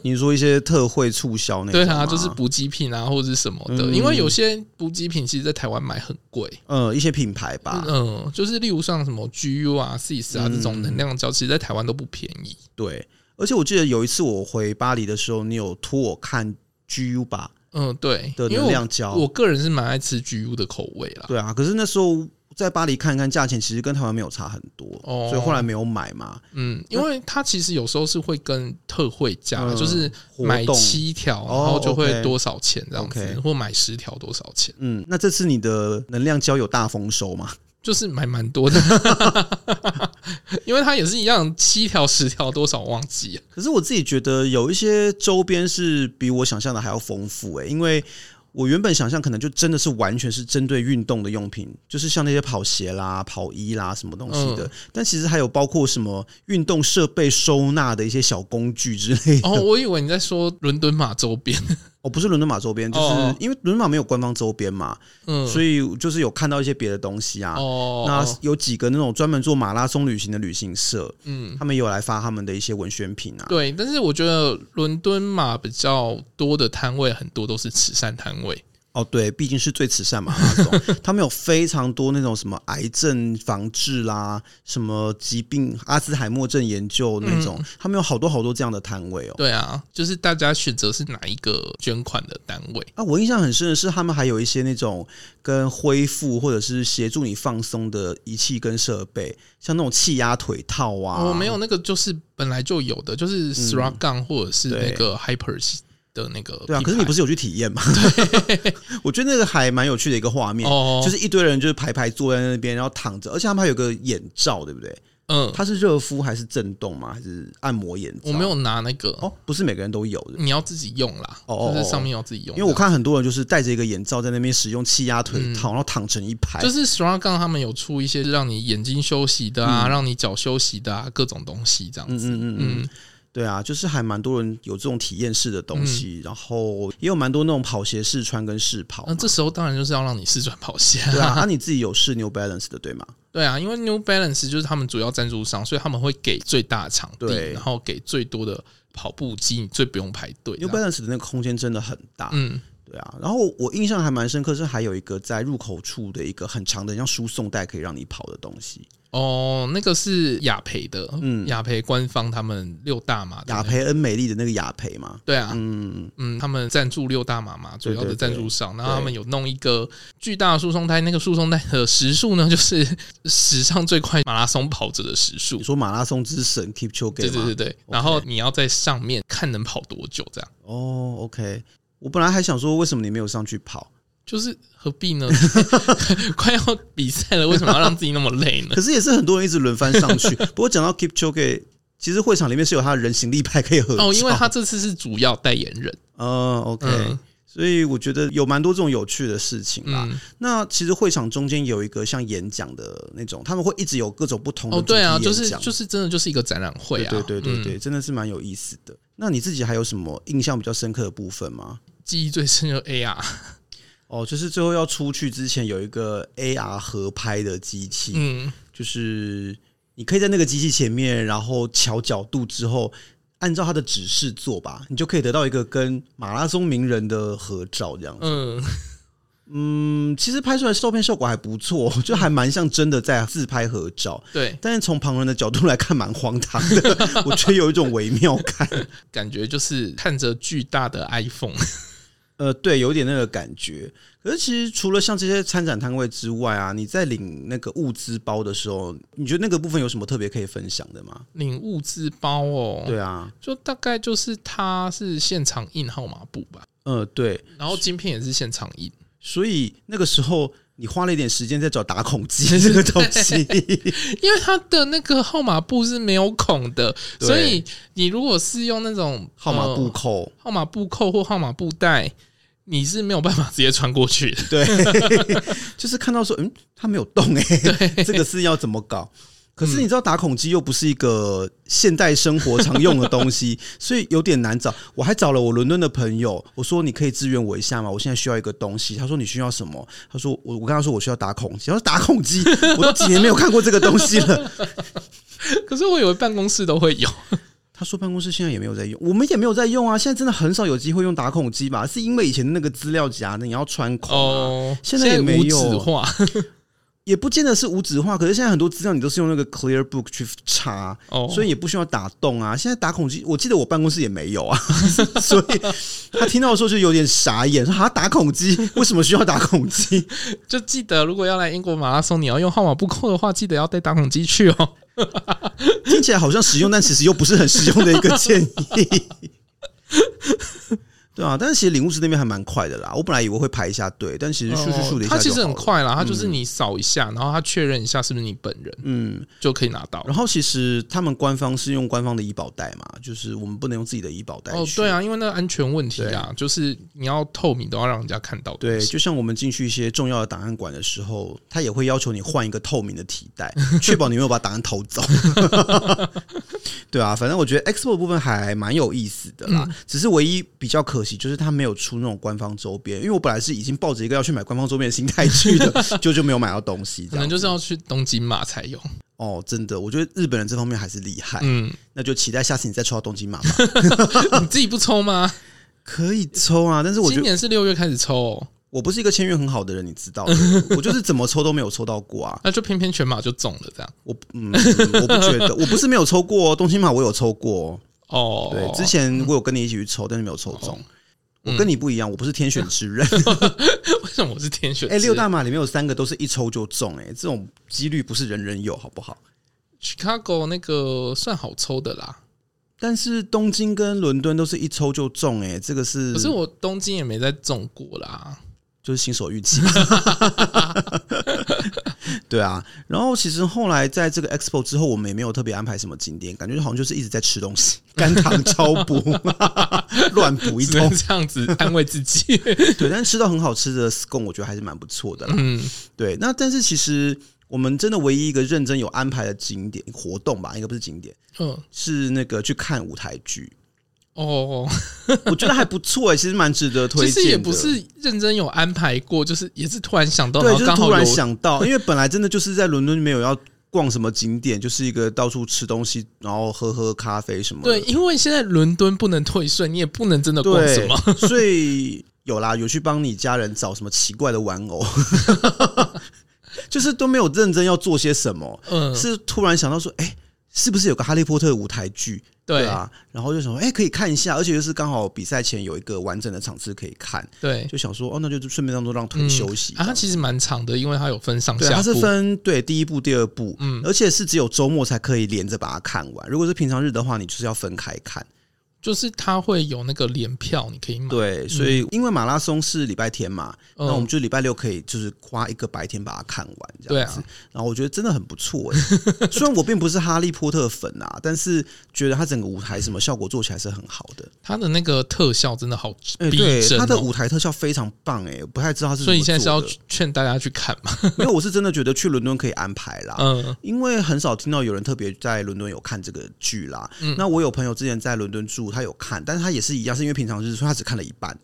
Speaker 2: 你说一些特惠促销那
Speaker 1: 对啊，就是补给品啊，或者是什么的，嗯、因为有些补给品其实，在台湾买很贵。
Speaker 2: 嗯，一些品牌吧，
Speaker 1: 嗯，就是例如像什么 GU 啊、CIS 啊、嗯、这种能量胶，其实在台湾都不便宜。
Speaker 2: 对，而且我记得有一次我回巴黎的时候，你有托我看 GU 吧？
Speaker 1: 嗯，对，
Speaker 2: 的能量胶，
Speaker 1: 我个人是蛮爱吃 GU 的口味啦。
Speaker 2: 对啊，可是那时候。在巴黎看看价钱，其实跟台湾没有差很多，哦、所以后来没有买嘛。
Speaker 1: 嗯，因为它其实有时候是会跟特惠价，嗯、就是买七条，
Speaker 2: 哦
Speaker 1: 然后就会多少钱这样子，哦、okay, 或买十条多少钱。
Speaker 2: 嗯，那这次你的能量胶有大丰收吗？
Speaker 1: 就是买蛮多的， 因为它也是一样，七条十条多少忘记了。
Speaker 2: 可是我自己觉得有一些周边是比我想象的还要丰富诶、因为我原本想象可能就真的是完全是针对运动的用品，就是像那些跑鞋啦、跑衣啦什么东西
Speaker 1: 嗯
Speaker 2: 的。但其实还有包括什么运动设备收纳的一些小工具之类 的。
Speaker 1: 哦，
Speaker 2: 哦，
Speaker 1: 我以为你在说伦敦马周边，
Speaker 2: 不是伦敦马周边，就
Speaker 1: 哦
Speaker 2: 是因为伦敦马没有官方周边嘛，
Speaker 1: 嗯，
Speaker 2: 所以就是有看到一些别的东西啊。
Speaker 1: 哦，
Speaker 2: 那
Speaker 1: 哦
Speaker 2: 有几个那种专门做马拉松旅行的旅行社，
Speaker 1: 嗯，
Speaker 2: 他们也有来发他们的一些文宣品啊。
Speaker 1: 对，但是我觉得伦敦马比较多的摊位很多都是慈善摊位，
Speaker 2: 哦，对，毕竟是最慈善马拉 松，他们有非常多那种什么癌症防治啦，什么疾病阿兹海默症研究
Speaker 1: 嗯
Speaker 2: 那种，他们有好多好多这样的摊位哦。
Speaker 1: 对啊，就是大家选择是哪一个捐款的单位，
Speaker 2: 啊，我印象很深的是，他们还有一些那种跟恢复或者是协助你放松的仪器跟设备，像那种气压腿套
Speaker 1: 哦
Speaker 2: 啊。嗯
Speaker 1: 我、没有那个就是本来就有的，就是 s r a g u n 或者是
Speaker 2: 对
Speaker 1: 那个 Hyper 的那个品牌，
Speaker 2: 对啊，可是你不是有去体验吗？ 我觉得那个还蛮有趣的一个画面，
Speaker 1: 哦，
Speaker 2: 就是一堆人就是排排坐在那边，然后躺着，而且他们还有个眼罩，对不对？
Speaker 1: 嗯，
Speaker 2: 它是热敷还是震动吗？还是按摩眼罩？
Speaker 1: 我没有拿那个，
Speaker 2: 哦，不是每个人都有的，
Speaker 1: 你要自己用啦，
Speaker 2: 哦哦哦
Speaker 1: 就是上面要自己用，
Speaker 2: 因为我看很多人就是戴着一个眼罩在那边使用气压腿套，然后躺成一排。
Speaker 1: 嗯就是 s r a g u n 他们有出一些让你眼睛休息的啊，让你脚休息的啊，各种东西这样
Speaker 2: 嗯
Speaker 1: 子，
Speaker 2: 嗯嗯嗯，
Speaker 1: 嗯
Speaker 2: 对啊，就是还蛮多人有这种体验式的东
Speaker 1: 嗯
Speaker 2: 西，然后也有蛮多那种跑鞋试穿跟试跑
Speaker 1: 那
Speaker 2: 嘛。
Speaker 1: 啊这时候当然就是要让你试穿跑鞋、
Speaker 2: 对啊，啊你自己有试 New Balance 的对吗？
Speaker 1: 对啊，因为 New Balance 就是他们主要赞助商，所以他们会给最大的场地，
Speaker 2: 对
Speaker 1: 然后给最多的跑步机，你最不用排队这
Speaker 2: New
Speaker 1: 样。
Speaker 2: Balance 的那个空间真的很大，
Speaker 1: 嗯，
Speaker 2: 对啊。然后我印象还蛮深刻，是还有一个在入口处的一个很长的像输送带可以让你跑的东西，
Speaker 1: 哦，那个是雅培的，嗯，雅培官方他们六大马的
Speaker 2: 雅培恩美丽的那个雅培嘛，
Speaker 1: 对啊，
Speaker 2: 嗯，
Speaker 1: 嗯，他们赞助六大马嘛，主
Speaker 2: 对
Speaker 1: 要的
Speaker 2: 对
Speaker 1: 赞
Speaker 2: 对
Speaker 1: 助商，然后他们有弄一个巨大的输送带，那个输送带的时速呢，就是 史上最快马拉松跑者的时速
Speaker 2: 你，说马拉松之神 Keep c h o g
Speaker 1: 对
Speaker 2: a
Speaker 1: 对
Speaker 2: 吗？
Speaker 1: 对对，然后你要在上面看能跑多久，这样
Speaker 2: 哦，OK，我本来还想说，为什么你没有上去跑？
Speaker 1: 就是何必呢？ 快要比赛了，为什么要让自己那么累 呢？
Speaker 2: 可是也是很多人一直轮番上 去。不过讲到 Keep c h o g a 其实会场里面是有他的人形立牌可以合照
Speaker 1: 哦，因为他这次是主要代言人，
Speaker 2: 呃，OK，、
Speaker 1: 嗯
Speaker 2: 所以我觉得有蛮多这种有趣的事情啦。
Speaker 1: 嗯，
Speaker 2: 那其实会场中间有一个像演讲的那种，他们会一直有各种不同的
Speaker 1: 哦，对啊，
Speaker 2: 主
Speaker 1: 就
Speaker 2: 题演
Speaker 1: 是
Speaker 2: 讲
Speaker 1: 就是真的就是一个展览会啊，
Speaker 2: 对对对
Speaker 1: 嗯
Speaker 2: 对对，真的是蛮有意思的。那你自己还有什么印象比较深刻的部分吗？
Speaker 1: 记忆最深就是 AR，
Speaker 2: 哦，就是最后要出去之前有一个 AR 合拍的机器，
Speaker 1: 嗯，
Speaker 2: 就是你可以在那个机器前面，然后调角度之后，按照它的指示做吧，你就可以得到一个跟马拉松名人的合照这样。
Speaker 1: 嗯，
Speaker 2: 嗯，其实拍出来照片效果还不错， 就还蛮像真的在自拍合照。
Speaker 1: 对，
Speaker 2: 但是从旁人的角度来看，蛮荒唐的， 我觉得有一种微妙感。
Speaker 1: 感觉就是看着巨大的 iPhone，
Speaker 2: 呃，对，有点那个感觉。可是其实除了像这些参展摊位之外啊，你在领那个物资包的时候，你觉得那个部分有什么特别可以分享的吗？
Speaker 1: 领物资包哦，
Speaker 2: 对啊，
Speaker 1: 就大概就是它是现场印号码布吧，
Speaker 2: 呃，对，
Speaker 1: 然后晶片也是现场印，
Speaker 2: 所以那个时候你花了一点时间在找打孔机这个东西，
Speaker 1: 因为它的那个号码布是没有孔的，
Speaker 2: 对
Speaker 1: 所以你如果是用那种
Speaker 2: 号码布
Speaker 1: 呃
Speaker 2: 扣，
Speaker 1: 号码布扣或号码布带，你是没有办法直接穿过去的。
Speaker 2: 对，就是看到说，嗯，它没有动哎、这个是要怎么搞？可是你知道打孔机又不是一个现代生活常用的东西，所以有点难找。我还找了我伦敦的朋友，我说你可以支援我一下吗？我现在需要一个东西。他说你需要什么？他说我我跟他说我需要打孔机。他说打孔机，我都几年没有看过这个东西了。
Speaker 1: 可是我以为办公室都会 有，
Speaker 2: 他说办公室现在也没有在用，我们也没有在用啊。现在真的很少有机会用打孔机吧？是因为以前的那个资料夹，你要穿孔、啊，
Speaker 1: 哦，
Speaker 2: 现在也没
Speaker 1: 无
Speaker 2: 有啊
Speaker 1: 纸化
Speaker 2: 也不见得是无纸化。可是现在很多资料你都是用那个 Clear Book 去查，
Speaker 1: 哦，
Speaker 2: 所以也不需要打洞啊。现在打孔机，我记得我办公室也没有啊， 所以他听到的时候就有点傻眼，说啊打孔机为什么需要打孔机？
Speaker 1: 就记得如果要来英国马拉松，你要用号码布扣的话，记得要带打孔机去哦。
Speaker 2: 听起来好像实用，但其实又不是很实用的一个建议。 对啊，但是其实领物师那边还蛮快的啦。我本来以为会排一下队，但其实咻咻咻的一下、
Speaker 1: 哦它其实很。快啦，它就是你扫一下，然后它确认一下是不是你本人，
Speaker 2: 嗯，
Speaker 1: 就可以拿到。
Speaker 2: 然后其实他们官方是用官方的医保袋嘛，就是我们不能用自己的医保袋。
Speaker 1: 哦，对。啊，因为那个安全问题啊，就是你要透明都要让人家看到东
Speaker 2: 对，
Speaker 1: 西。
Speaker 2: 就像我们进去一些重要的档案馆的时候，他也会要求你换一个透明的提 袋，确保你没有把档案偷走。 对啊，反正我觉得 Expo 的部分还蛮有意思的
Speaker 1: 嗯
Speaker 2: 啦，只是唯一比较可惜就是他没有出那种官方周边，因为我本来是已经抱着一个要去买官方周边的心态去 的，就就没有买到东西。
Speaker 1: 可
Speaker 2: 这
Speaker 1: 能
Speaker 2: 样
Speaker 1: 就是要去东京马才有，
Speaker 2: 哦，真的，我觉得日本人这方面还是厉害，
Speaker 1: 嗯，
Speaker 2: 那就期待下次你再抽到东京马 吧。
Speaker 1: 你自己不抽吗？
Speaker 2: 可以抽啊，但是我觉
Speaker 1: 今
Speaker 2: 得。
Speaker 1: 年是六月开始抽、哦，
Speaker 2: 我不是一个签约很好的人，你知道的，我就是怎么抽都没有抽到过啊。
Speaker 1: 那就偏偏全马就中了这样。
Speaker 2: 我嗯， 我不觉得，我不是没有抽过、哦、东京马，我有抽过、哦。
Speaker 1: 哦，
Speaker 2: 对，之前我有跟你一起去抽，但是没有抽中。
Speaker 1: 嗯
Speaker 2: 我跟你不一样，我不是天选之 人。
Speaker 1: 为什么我是天选之
Speaker 2: 哎、
Speaker 1: 人？
Speaker 2: 六大马里面有三个都是一抽就中、哎，这种几率不是人人有，好不好？
Speaker 1: Chicago 那个算好抽的啦，
Speaker 2: 但是东京跟伦敦都是一抽就中、哎，这个是
Speaker 1: 可是我东京也没在中过啦。
Speaker 2: 就是新手 运气。对啊，然后其实后来在这个 Expo 之后，我们也没有特别安排什么景点，感觉好像就是一直在吃东西，干糖 超补，乱补一
Speaker 1: 只
Speaker 2: 通
Speaker 1: 能。这样子安慰自己。
Speaker 2: 对，但是吃到很好吃的 scone，我觉得还是蛮不错的啦。
Speaker 1: 嗯，
Speaker 2: 对，那但是其实我们真的唯一一个认真有安排的景点活动吧，应该不是景点，
Speaker 1: 嗯，
Speaker 2: 是那个去看舞台剧，
Speaker 1: 哦，
Speaker 2: 我觉得还不错哎、其实蛮值得推
Speaker 1: 其
Speaker 2: 荐的。
Speaker 1: 实也不是认真有安排过，就是也是突然想到，
Speaker 2: 对，
Speaker 1: 然
Speaker 2: 就
Speaker 1: 后刚
Speaker 2: 是突
Speaker 1: 好
Speaker 2: 然
Speaker 1: 有
Speaker 2: 想到，因为本来真的就是在伦敦没有要逛什么景点，就是一个到处吃东西，然后喝喝咖啡什么的。
Speaker 1: 对，因为现在伦敦不能退税，你也不能真的逛什么。
Speaker 2: 对，所以有啦，有去帮你家人找什么奇怪的玩偶， 就是都没有认真要做些什么，
Speaker 1: 嗯，
Speaker 2: 是突然想到说，哎、是不是有个哈利波特的舞台剧？
Speaker 1: 对
Speaker 2: 啊，然后就想说，哎、可以看一下，而且就是刚好比赛前有一个完整的场次可以看，
Speaker 1: 对，
Speaker 2: 就想说，哦，那就顺便当做让腿
Speaker 1: 哎嗯
Speaker 2: 休息这
Speaker 1: 啊，
Speaker 2: 样。
Speaker 1: 它其实蛮长的，因为它有分上
Speaker 2: 对，啊
Speaker 1: 下
Speaker 2: 它是
Speaker 1: 部。
Speaker 2: 分对第一部、第二部，
Speaker 1: 嗯
Speaker 2: 而且是只有周末才可以连着把它看完。如果是平常日的话，你就是要分开看。
Speaker 1: 就是它会有那个联票，你可以买。
Speaker 2: 对，所以因为马拉松是礼拜天嘛，
Speaker 1: 嗯
Speaker 2: 那我们就礼拜六可以就是花一个白天把它看完这
Speaker 1: 对
Speaker 2: 样子
Speaker 1: 啊。
Speaker 2: 然后我觉得真的很不错哎， 虽然我并不是哈利波特粉啊，但是觉得它整个舞台什么效果做起来是很好的。
Speaker 1: 它的那个特效真的好
Speaker 2: 哎，
Speaker 1: 逼
Speaker 2: 对，
Speaker 1: 真
Speaker 2: 它的
Speaker 1: 哦。
Speaker 2: 舞台特效非常棒哎，我不太知道它是怎
Speaker 1: 所
Speaker 2: 么
Speaker 1: 以你现在是要
Speaker 2: 做的
Speaker 1: 劝大家去看嘛？
Speaker 2: 没有，我是真的觉得去伦敦可以安排啦。
Speaker 1: 嗯，
Speaker 2: 因为很少听到有人特别在伦敦有看这个剧啦。
Speaker 1: 嗯
Speaker 2: 那我有朋友之前在伦敦住，他有看，但是他也是一样，是因为平常日说他只看了一半，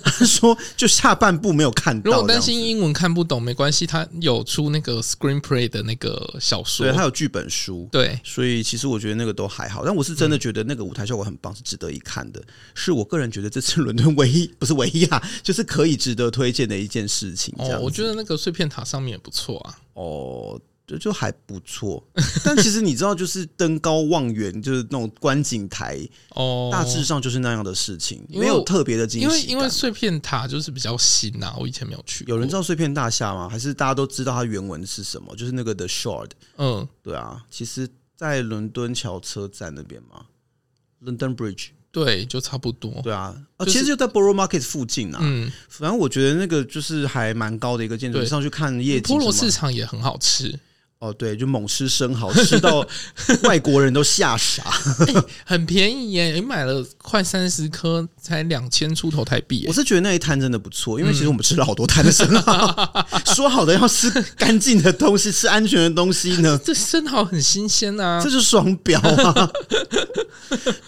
Speaker 2: 他说就下半部没有看到。
Speaker 1: 如果担
Speaker 2: 这
Speaker 1: 心
Speaker 2: 样子，
Speaker 1: 英文看不懂，没关系，他有出那个 screenplay 的那个小说
Speaker 2: 对，，他有剧本书。
Speaker 1: 对，
Speaker 2: 所以其实我觉得那个都还好，但我是真的
Speaker 1: 嗯
Speaker 2: 觉得那个舞台效果很棒，是值得一看的。是我个人觉得这次伦敦唯一不是唯一啊， 就是可以值得推荐的一件事情。这样
Speaker 1: 哦，
Speaker 2: 子
Speaker 1: 我觉得那个碎片塔上面也不错啊。
Speaker 2: 哦，就就还不错。但其实你知道，就是登高望远，就是那种观景台，
Speaker 1: 哦，
Speaker 2: 大致上就是那样的事情，
Speaker 1: 因为
Speaker 2: 没有特别的惊喜
Speaker 1: 因
Speaker 2: 感。
Speaker 1: 为因为碎片塔就是比较新啊，我以前没有去过。
Speaker 2: 有人知道碎片大厦吗？还是大家都知道它原文是什么？就是那个 The Shard。
Speaker 1: 嗯，
Speaker 2: 对啊，其实，在伦敦桥车站那边嘛，London Bridge。
Speaker 1: 对，就差不多。
Speaker 2: 对啊，啊，
Speaker 1: 就是
Speaker 2: 其实就在 Borough Market 附近啊。
Speaker 1: 嗯，
Speaker 2: 反正我觉得那个就是还蛮高的一个建筑，
Speaker 1: 对
Speaker 2: 你上去看夜景
Speaker 1: 菠
Speaker 2: 什么。
Speaker 1: 萝市场也很好吃，
Speaker 2: 哦，对，就猛吃生蚝，吃到外国人都吓傻。
Speaker 1: 很便宜耶，你买了快三十颗，才两千出头台币耶
Speaker 2: 我。是觉得那一摊真的不错，因为
Speaker 1: 嗯
Speaker 2: 其实我们吃了好多摊的生蚝， 说好的要吃干净的东西，吃安全的东西 呢，
Speaker 1: 这生蚝很新鲜啊
Speaker 2: 这！就是双 标啊。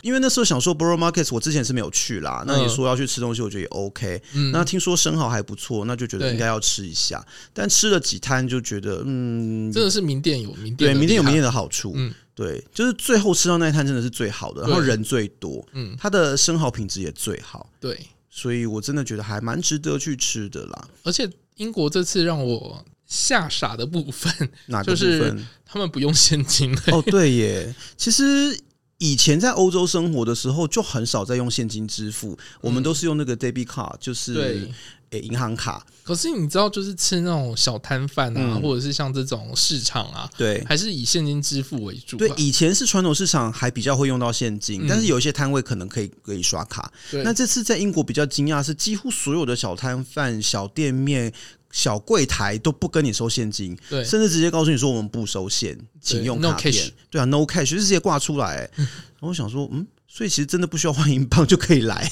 Speaker 2: 因为那时候想说 Borough Markets，我之前是没有去
Speaker 1: 嗯
Speaker 2: 啦，那你说要去吃东西，我觉得也 OK。那听说生蚝还不错，那就觉得
Speaker 1: 对
Speaker 2: 应该要吃一下，但吃了几摊就觉得嗯。
Speaker 1: 真的是名店有名店
Speaker 2: 对，
Speaker 1: 的厉害，
Speaker 2: 明天有明天的好处。
Speaker 1: 嗯
Speaker 2: 对，就是最后吃到那一摊真的是最好的，然后
Speaker 1: 对
Speaker 2: 人最多，
Speaker 1: 嗯
Speaker 2: 它的生蚝品质也最好，
Speaker 1: 对，
Speaker 2: 所以我真的觉得还蛮值得去吃的啦。
Speaker 1: 而且英国这次让我吓傻的部分，
Speaker 2: 哪个
Speaker 1: 就
Speaker 2: 部
Speaker 1: 是
Speaker 2: 分？
Speaker 1: 他们不用现金了。
Speaker 2: 哦，对耶，其实以前在欧洲生活的时候就很少在用现金支付，我们都是用那个 debit card，就是
Speaker 1: 嗯对
Speaker 2: 诶银、行卡。
Speaker 1: 可是你知道，就是吃那种小摊贩啊，或者是像这种市场啊，
Speaker 2: 嗯对
Speaker 1: 还是以现金支付为主吧。啊
Speaker 2: 对，以前是传统市场还比较会用到现
Speaker 1: 嗯
Speaker 2: 金，但是有一些摊位可能可以可以刷卡。
Speaker 1: 对
Speaker 2: 那这次在英国比较惊讶是，几乎所有的小摊贩、小店面、小柜台都不跟你收现金，
Speaker 1: 对
Speaker 2: 甚至直接告诉你说我们不收现，请用
Speaker 1: no
Speaker 2: 卡片。
Speaker 1: cash
Speaker 2: 对啊，no cash 就是直接挂出来、 欸然后我想说，嗯，所以其实真的不需要换英镑就可以来、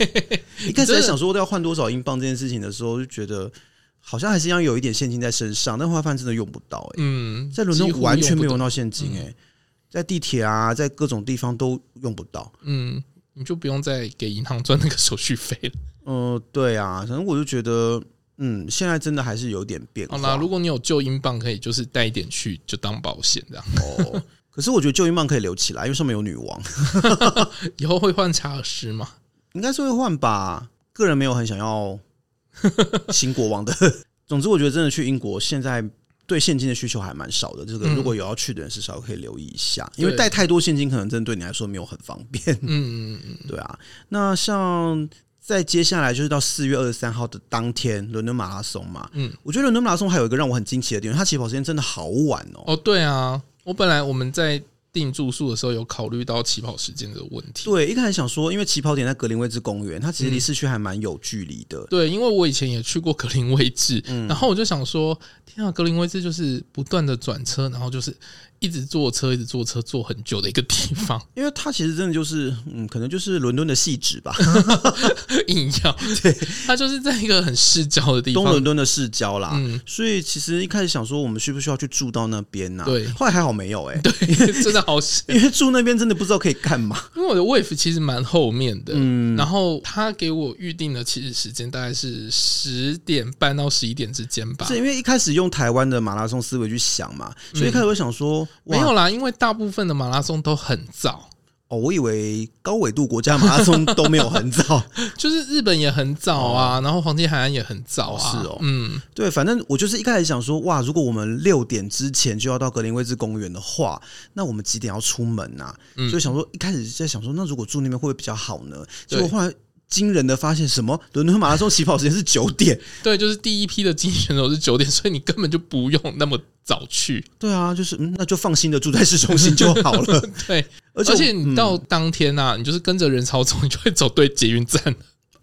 Speaker 2: 一开始在想说要换多少英镑这件事情的时候，就觉得好像还是要有一点现金在身上，但后来发现真的用不到、欸。
Speaker 1: 嗯，
Speaker 2: 在伦敦完全没
Speaker 1: 几
Speaker 2: 有
Speaker 1: 乎用不到。嗯
Speaker 2: 用到现金、欸，在地铁啊，在各种地方都用不到。
Speaker 1: 嗯，你就不用再给银行赚那个手续费了。
Speaker 2: 嗯、对啊，反正我就觉得，嗯，现在真的还是有点变化。
Speaker 1: 好啦，如果你有旧英镑，可以就是带一点去，就当保险这样。
Speaker 2: 哦，可是我觉得旧英镑可以留起来，因为上面有女王，
Speaker 1: 以后会换查尔斯吗？
Speaker 2: 应该是会换吧。个人没有很想 要新国王的。总之，我觉得真的去英国，现在对现金的需求还蛮少的。这个
Speaker 1: 嗯
Speaker 2: 如果有要去的人，至少可以留意一下，因为
Speaker 1: 对
Speaker 2: 带太多现金可能真的对你来说没有很方便。
Speaker 1: 嗯嗯嗯，
Speaker 2: 对啊，那像在接下来就是到四月二十三号的当天，伦敦马拉松嘛，
Speaker 1: 嗯，
Speaker 2: 我觉得伦敦马拉松还有一个让我很惊奇的地方，它起跑时间真的好晚哦。
Speaker 1: 哦对啊，我本来我们在订住宿的时候有考虑到起跑时间的问题。
Speaker 2: 对，一开始想说，因为起跑点在格林威治公园，它其实
Speaker 1: 嗯
Speaker 2: 离市区还蛮有距离的。
Speaker 1: 对，因为我以前也去过格林威治，
Speaker 2: 嗯
Speaker 1: 然后我就想说，天啊，格林威治就是不断的转车，然后就是一直坐车，一直坐车，坐很久的一个地方，
Speaker 2: 因为它其实真的就是，嗯，可能就是伦敦的细致 吧，
Speaker 1: 硬要，对，它就是在一个很市郊的地
Speaker 2: 东
Speaker 1: 方
Speaker 2: 伦，敦的市郊啦。
Speaker 1: 嗯，
Speaker 2: 所以其实一开始想说，我们需不需要去住到那边呢、
Speaker 1: 对
Speaker 2: 后来还好没有哎、
Speaker 1: 真的好险，
Speaker 2: 因为住那边真的不知道可以干嘛。
Speaker 1: 因为我的 wave 其实蛮后面的，
Speaker 2: 嗯，
Speaker 1: 然后他给我预定的起始时间大概是十点半到十一点之间吧嗯
Speaker 2: 是。因为一开始用台湾的马拉松思维去想嘛，所以一开始我想说，哇
Speaker 1: 没有啦，因为大部分的马拉松都很早，
Speaker 2: 哦，我以为高纬度国家马拉松都没有 很早。
Speaker 1: 就是日本也很早啊，然后黄金海岸也很早啊。
Speaker 2: 哦哦是哦
Speaker 1: 嗯，
Speaker 2: 对，反正我就是一开始想说，哇，如果我们六点之前就要到格林威治公园的话，那我们几点要出门呐、啊？
Speaker 1: 嗯
Speaker 2: 所以想说一开始在想说，那如果住那边会不会比较好呢？结
Speaker 1: 对
Speaker 2: 果后来惊人的发现，什么伦敦马拉松起跑时间是九 点，
Speaker 1: 对，就是第一批的竞选手是九点，所以你根本就不用那么早去。
Speaker 2: 对啊，就是嗯，那就放心的住在市中心就好了。
Speaker 1: 对，
Speaker 2: 而
Speaker 1: 而
Speaker 2: 且嗯
Speaker 1: 且
Speaker 2: 我
Speaker 1: 你到当天啊，你就是跟着人潮走，你就会走对捷运站。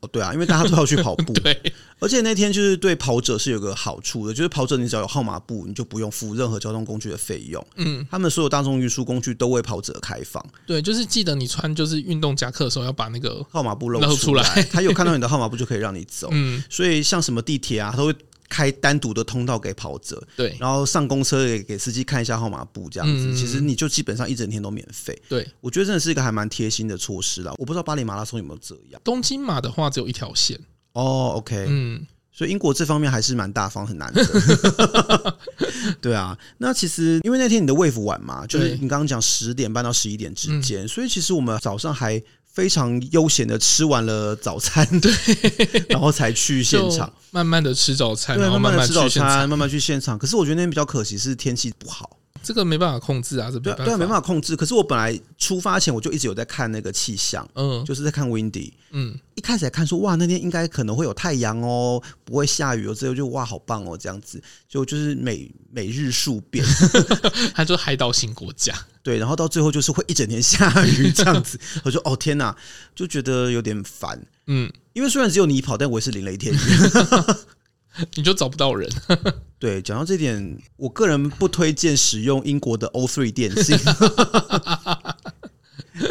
Speaker 2: 哦，对啊，因为大家都要去跑步，
Speaker 1: 对，
Speaker 2: 而且那天就是对跑者是有个好处的，就是跑者你只要有号码布，你就不用付任何交通工具的费用。
Speaker 1: 嗯，
Speaker 2: 他们所有大众运输工具都为跑者开放，
Speaker 1: 对，就是记得你穿就是运动夹克的时候要把那个，
Speaker 2: 号码布露
Speaker 1: 露
Speaker 2: 出
Speaker 1: 出
Speaker 2: 来，
Speaker 1: 来
Speaker 2: 他有看到你的号码布就可以让你走。
Speaker 1: 嗯，
Speaker 2: 所以像什么地铁啊，他会开单独的通道给跑者，
Speaker 1: 对
Speaker 2: 然后上公车也给司机看一下号码布，这样子，
Speaker 1: 嗯
Speaker 2: 其实你就基本上一整天都免费。
Speaker 1: 对。
Speaker 2: 我觉得真的是一个还蛮贴心的措施啦。我不知道巴黎马拉松有没有这样
Speaker 1: 东京马的话只有一条线，
Speaker 2: 哦，OK，
Speaker 1: 嗯，
Speaker 2: 所以英国这方面还是蛮大方，很难得。 对啊，那其实因为那天你的 wave 晚嘛，就是
Speaker 1: 对嗯
Speaker 2: 你刚刚讲十点半到十一点之间，所以其实我们早上还非常悠闲的吃完了早餐，对， 然后才去现
Speaker 1: 就
Speaker 2: 场。
Speaker 1: 慢慢的吃早餐，
Speaker 2: 对，
Speaker 1: 然后
Speaker 2: 慢慢的
Speaker 1: 慢
Speaker 2: 吃
Speaker 1: 去
Speaker 2: 早
Speaker 1: 现场
Speaker 2: 餐，慢慢去现场。可是我觉得那天比较可惜是天气不好，
Speaker 1: 这个没办法控制啊，这没
Speaker 2: 对
Speaker 1: 办
Speaker 2: 啊
Speaker 1: 法，
Speaker 2: 对啊，没办法控制。可是我本来出发前我就一直有在看那个气象，
Speaker 1: 嗯
Speaker 2: 就是在看 windy，
Speaker 1: 嗯，
Speaker 2: 一开始还看说哇，那天应该可能会有太阳哦，不会下雨哦，之后就哇好棒哦这样子，就就是每每日数 变，
Speaker 1: 它就是海岛型国家，
Speaker 2: 对，然后到最后就是会一整天下雨这样子，我就哦天哪，就觉得有点烦，
Speaker 1: 嗯，
Speaker 2: 因为虽然只有你跑，但我也是淋了一 天雨。
Speaker 1: 你就找不到人，
Speaker 2: 对，讲到这点，我个人不推荐使用英国的 O three 电 信，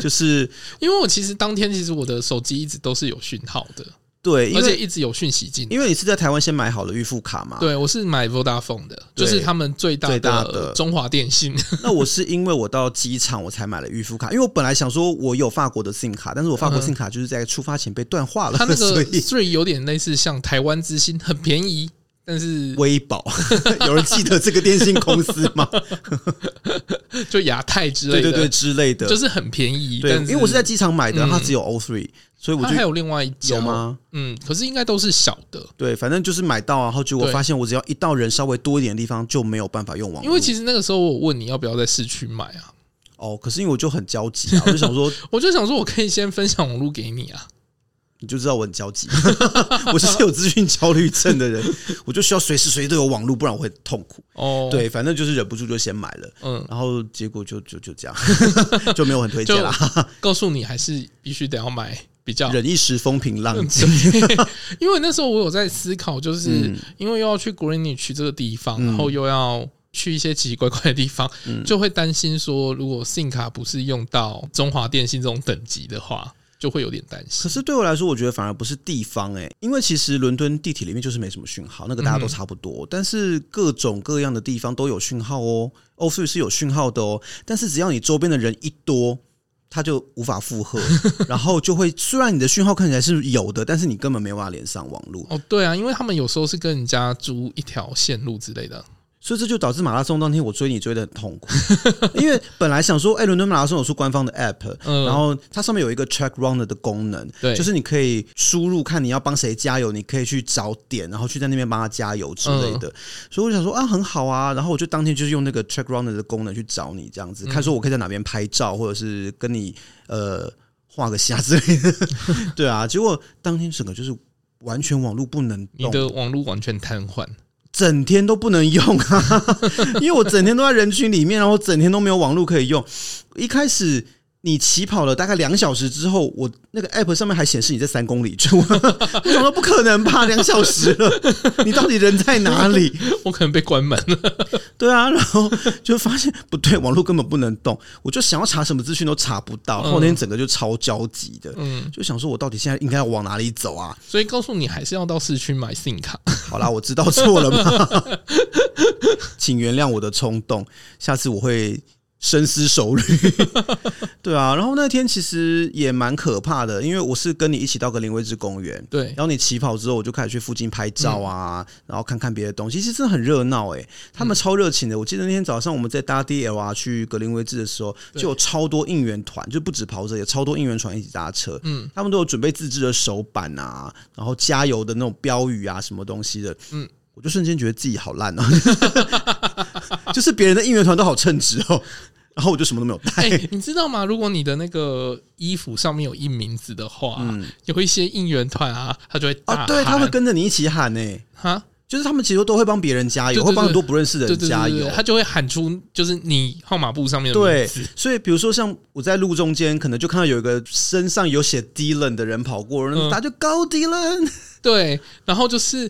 Speaker 2: 就是
Speaker 1: 因为我其实当天其实我的手机一直都是有讯号的，
Speaker 2: 对，因
Speaker 1: 而且
Speaker 2: 为
Speaker 1: 一直有讯息进来。
Speaker 2: 因为你是在台湾先买好了预付卡嘛，
Speaker 1: 对，我是买 Vodafone 的，
Speaker 2: 对
Speaker 1: 就是他们最大
Speaker 2: 最大的
Speaker 1: 的中华电信。
Speaker 2: 那我是因为我到机场我才买了预付卡，因为我本来想说我有法国的 SIM 卡，但是我法国 SIM 卡就是在出发前被断话了，
Speaker 1: 它嗯那
Speaker 2: 所
Speaker 1: 个
Speaker 2: 以
Speaker 1: three 有点类似像台湾之星，很便宜，但是
Speaker 2: 微保。 有人记得这个电信公司 吗？
Speaker 1: 就亚太之类的，
Speaker 2: 对对对，之类的。
Speaker 1: 就是很便宜。
Speaker 2: 对，
Speaker 1: 但
Speaker 2: 因为我是在机场买的，
Speaker 1: 嗯
Speaker 2: 它只有 O three，所以我
Speaker 1: 它还
Speaker 2: 就
Speaker 1: 有另外一家
Speaker 2: 有？吗？
Speaker 1: 嗯，可是应该都是小的，
Speaker 2: 对，反正就是买到，啊然后结果
Speaker 1: 对
Speaker 2: 发现我只要一到人稍微多一点的地方就没有办法用网络，
Speaker 1: 因为其实那个时候我问你要不要在市区买啊，
Speaker 2: 哦，可是因为我就很焦急啊，我就 想说，
Speaker 1: 我就想说，我可以先分享网络给你啊。
Speaker 2: 你就知道我很焦急， 我就是有资讯焦虑症的人，我就需要随时随地都有网络，不然我会很痛苦。
Speaker 1: 哦，
Speaker 2: 对，反正就是忍不住就先买了，
Speaker 1: 嗯，
Speaker 2: 然后结果就就就这样， 就没有很推 荐啦。
Speaker 1: 告诉你，还是必须得要买比 较。
Speaker 2: 忍一时风平浪 静，
Speaker 1: 因为那时候我有在思考，
Speaker 2: 嗯
Speaker 1: 就是因为又要去 Greenwich 这个地方，然后又要。去一些奇奇怪怪的地方，
Speaker 2: 嗯
Speaker 1: 就会担心说，如果信卡不是用到中华电信这种等级的话，就会有点担心。
Speaker 2: 可是对我来说，我觉得反而不是地方哎、因为其实伦敦地铁里面就是没什么讯号，那个大
Speaker 1: 嗯
Speaker 2: 家都差不多。但是各种各样的地方都有讯号哦，欧洲是有讯号的哦。但是只要你周边的人一多，它就无法负 荷，然后就会虽然你的讯号看起来是有的，但是你根本没有办法连上网络，
Speaker 1: 哦，对啊，因为他们有时候是跟人家租一条线路之类的。
Speaker 2: 所以这就导致马拉松当天我追你追的很痛苦， 因为本来想说，哎、伦敦马拉松有出官方的 app，、
Speaker 1: 嗯
Speaker 2: 然后它上面有一个 track runner 的功能，
Speaker 1: 对
Speaker 2: 就是你可以输入看你要帮谁加油，你可以去找点，然后去在那边帮他加油之类
Speaker 1: 嗯
Speaker 2: 的。所以我就想说啊，很好啊，然后我就当天就是用那个 track runner 的功能去找你，这样
Speaker 1: 嗯
Speaker 2: 子看说我可以在哪边拍照，或者是跟你呃画个虾之类 的。对啊，结果当天整个就是完全网络不能
Speaker 1: 你
Speaker 2: 动，
Speaker 1: 的网络完全瘫痪。
Speaker 2: 整天都不能用啊， 因为我整天都在人群里面，然后整天都没有网络可以用。一开始你起跑了大概两小时之后，我那个 app 上面还显示你在三公里处， 我想说不可能吧，两小时了，你到底人在哪里？
Speaker 1: 我可能被关门了。
Speaker 2: 对啊，然后就发现不对，网络根本不能动，我就想要查什么资讯都查不到，然后那天整个就超焦急的，
Speaker 1: 嗯，
Speaker 2: 就想说我到底现在应该要往哪里走啊？
Speaker 1: 所以告诉你，还是要到市区买 SIM 卡。
Speaker 2: 好啦，我知道错了嘛， 请原谅我的冲动，下次我会深思熟虑。 对啊，然后那天其实也蛮可怕的，因为我是跟你一起到格林威治公园，
Speaker 1: 对嗯
Speaker 2: 然，后你起跑之后，我就开始去附近拍照啊，然后看看别的东西，其实真的很热闹诶，他们超热情的。我记得那天早上我们在搭 DLR 去格林威治的时候，
Speaker 1: 对
Speaker 2: 就有超多应援团，就不止跑者，有超多应援团一起搭车，
Speaker 1: 嗯，
Speaker 2: 他们都有准备自制的手板啊，然后加油的那种标语啊，什么东西的，
Speaker 1: 嗯
Speaker 2: 嗯。我就瞬间觉得自己好烂哦， 就是别人的应援团都好称职哦，然后我就什么都没有带
Speaker 1: 哎、。你知道吗？如果你的那个衣服上面有印名字的话，有一些应援团 啊，他就会大
Speaker 2: 嗯哦，对，他会
Speaker 1: 喊
Speaker 2: 跟着你一起喊呢、
Speaker 1: 啊，
Speaker 2: 就是他们其实都会帮别人加油，
Speaker 1: 对对
Speaker 2: 会帮很多不认识的
Speaker 1: 对
Speaker 2: 人
Speaker 1: 对
Speaker 2: 加
Speaker 1: 对
Speaker 2: 油。
Speaker 1: 对，他就会喊出就是你号码簿上面的名
Speaker 2: 对
Speaker 1: 字。，
Speaker 2: 所以比如说像我在路中间，可能就看到有一个身上有写 Dylan 的人跑过，然后
Speaker 1: 嗯
Speaker 2: 他就高 Dylan。
Speaker 1: 对，然后就是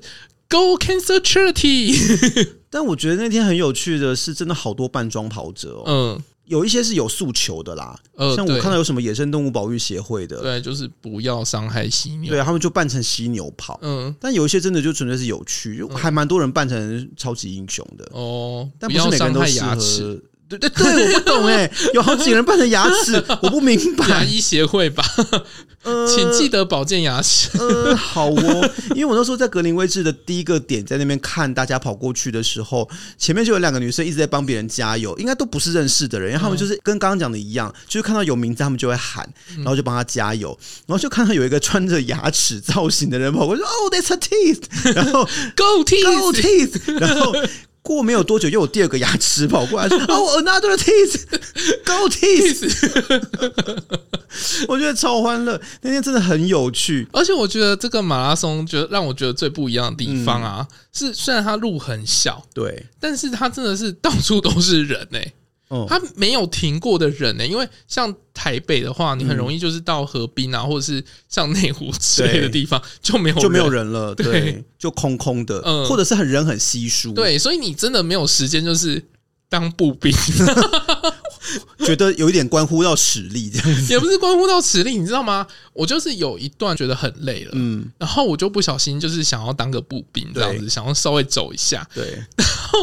Speaker 1: Go Cancer Charity。
Speaker 2: 但我觉得那天很有趣的是，真的好多扮装跑者哦，
Speaker 1: 嗯
Speaker 2: 有一些是有诉求的啦，
Speaker 1: 呃，
Speaker 2: 像
Speaker 1: 对
Speaker 2: 我看到有什么野生动物保育协会的，
Speaker 1: 对，就是不要伤害犀牛。
Speaker 2: 对啊他们就扮成犀牛跑。
Speaker 1: 嗯
Speaker 2: 但有一些真的就纯粹是有趣，就还蛮多人扮成超级英雄的，
Speaker 1: 哦，
Speaker 2: 但
Speaker 1: 不
Speaker 2: 不是
Speaker 1: 要
Speaker 2: 每个
Speaker 1: 伤
Speaker 2: 人都
Speaker 1: 害
Speaker 2: 适
Speaker 1: 牙齿。
Speaker 2: 合。对对对，我不懂 哎、有好几个人扮成牙齿，我不明
Speaker 1: 牙
Speaker 2: 白。
Speaker 1: 医协会吧，
Speaker 2: 呃
Speaker 1: 请记得保健牙齿。
Speaker 2: 呃， 好哦，因为我那时候在格林威治的第一个点，在那边看大家跑过去的时候，前面就有两个女生一直在帮别人加油，应该都不是认识的人，然后他们就是跟刚刚讲的一样，就是看到有名字他们就会喊，然后就帮他加油，然后就看到有一个穿着牙齿造型的人跑过去，哦，that's a teeth，然后
Speaker 1: Go
Speaker 2: go
Speaker 1: Teeth，
Speaker 2: teeth，然 后。过没有多久，又有第二个牙齿跑过来说：“哦、a n o t h e r teeth，go teeth。”我觉得超欢乐，那天真的很有趣。
Speaker 1: 而且我觉得这个马拉松，觉得让我觉得最不一样的地方啊，
Speaker 2: 嗯
Speaker 1: 是虽然它路很小，
Speaker 2: 对，
Speaker 1: 但是它真的是到处都是人呢、
Speaker 2: 嗯
Speaker 1: 它没有停过的人呢、欸因为像台北的话，你很
Speaker 2: 嗯
Speaker 1: 容易就是到河滨啊，或者是像内湖之类的
Speaker 2: 对
Speaker 1: 地方就没有
Speaker 2: 就没有。人了，
Speaker 1: 对
Speaker 2: 对，就空空的，
Speaker 1: 嗯
Speaker 2: 或者是很人很稀疏，，
Speaker 1: 对，所以你真的没有时间，就是当步 兵，
Speaker 2: 觉得有一点关乎到实力 这样子。
Speaker 1: 也不是关乎到实力，你知道吗？我就是有一段觉得很累了，
Speaker 2: 嗯，
Speaker 1: 然后我就不小心就是想要当个步兵这样子，
Speaker 2: 对
Speaker 1: 想要稍微走一下，
Speaker 2: 对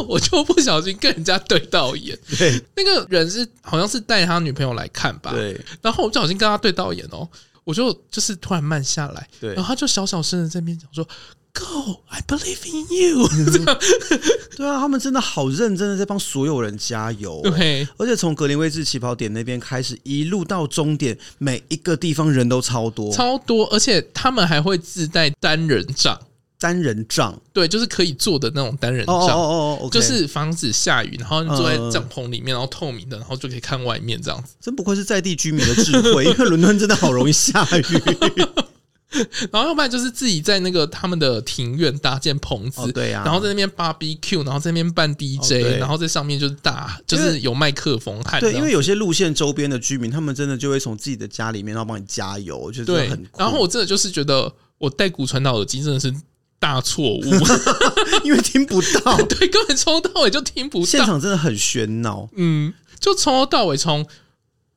Speaker 1: 我就不小心跟人家对到眼。
Speaker 2: 对
Speaker 1: 那个人是好像是带他女朋友来看吧，
Speaker 2: 对
Speaker 1: 然后我不小心跟他对到眼哦，我就就是突然慢下来，
Speaker 2: 对
Speaker 1: 然后他就小小声的在那边讲说：“Go, I believe in you。这样”
Speaker 2: 对啊，他们真的好认真的在帮所有人加油、欸
Speaker 1: 对，
Speaker 2: 而且从格林威治起跑点那边开始，一路到终点，每一个地方人都超多，
Speaker 1: 超多，而且他们还会自带单人帐，
Speaker 2: 单人帐
Speaker 1: 对，就是可以坐的那种单人
Speaker 2: 哦
Speaker 1: 帐。
Speaker 2: 哦哦哦，OK，
Speaker 1: 就是防止下雨，然后你坐在
Speaker 2: 嗯
Speaker 1: 帐篷里面，然后透明的，然后就可以看外面这样子。
Speaker 2: 真不愧是在地居民的智 慧，因为伦敦真的好容易下雨。
Speaker 1: 然后要不然就是自己在那个他们的庭院搭建棚子，
Speaker 2: 哦对呀
Speaker 1: 然后在那边 barbecue，然后在那边办 DJ，、
Speaker 2: 对
Speaker 1: 然后在上面就是大，就
Speaker 2: 因
Speaker 1: 是
Speaker 2: 为
Speaker 1: 有麦克风喊这
Speaker 2: 对，
Speaker 1: 样。
Speaker 2: 因为有些路线周边的居民，他们真的就会从自己的家里面，然后帮你加油，我觉得真的
Speaker 1: 对
Speaker 2: 很酷。
Speaker 1: 然后我真的就是觉得我戴骨传导耳机真的是大错 误，
Speaker 2: 因为 听不到，
Speaker 1: 对，根本从头到尾就听不
Speaker 2: 现
Speaker 1: 到，
Speaker 2: 场真的很喧闹。
Speaker 1: 嗯，就从头到尾从。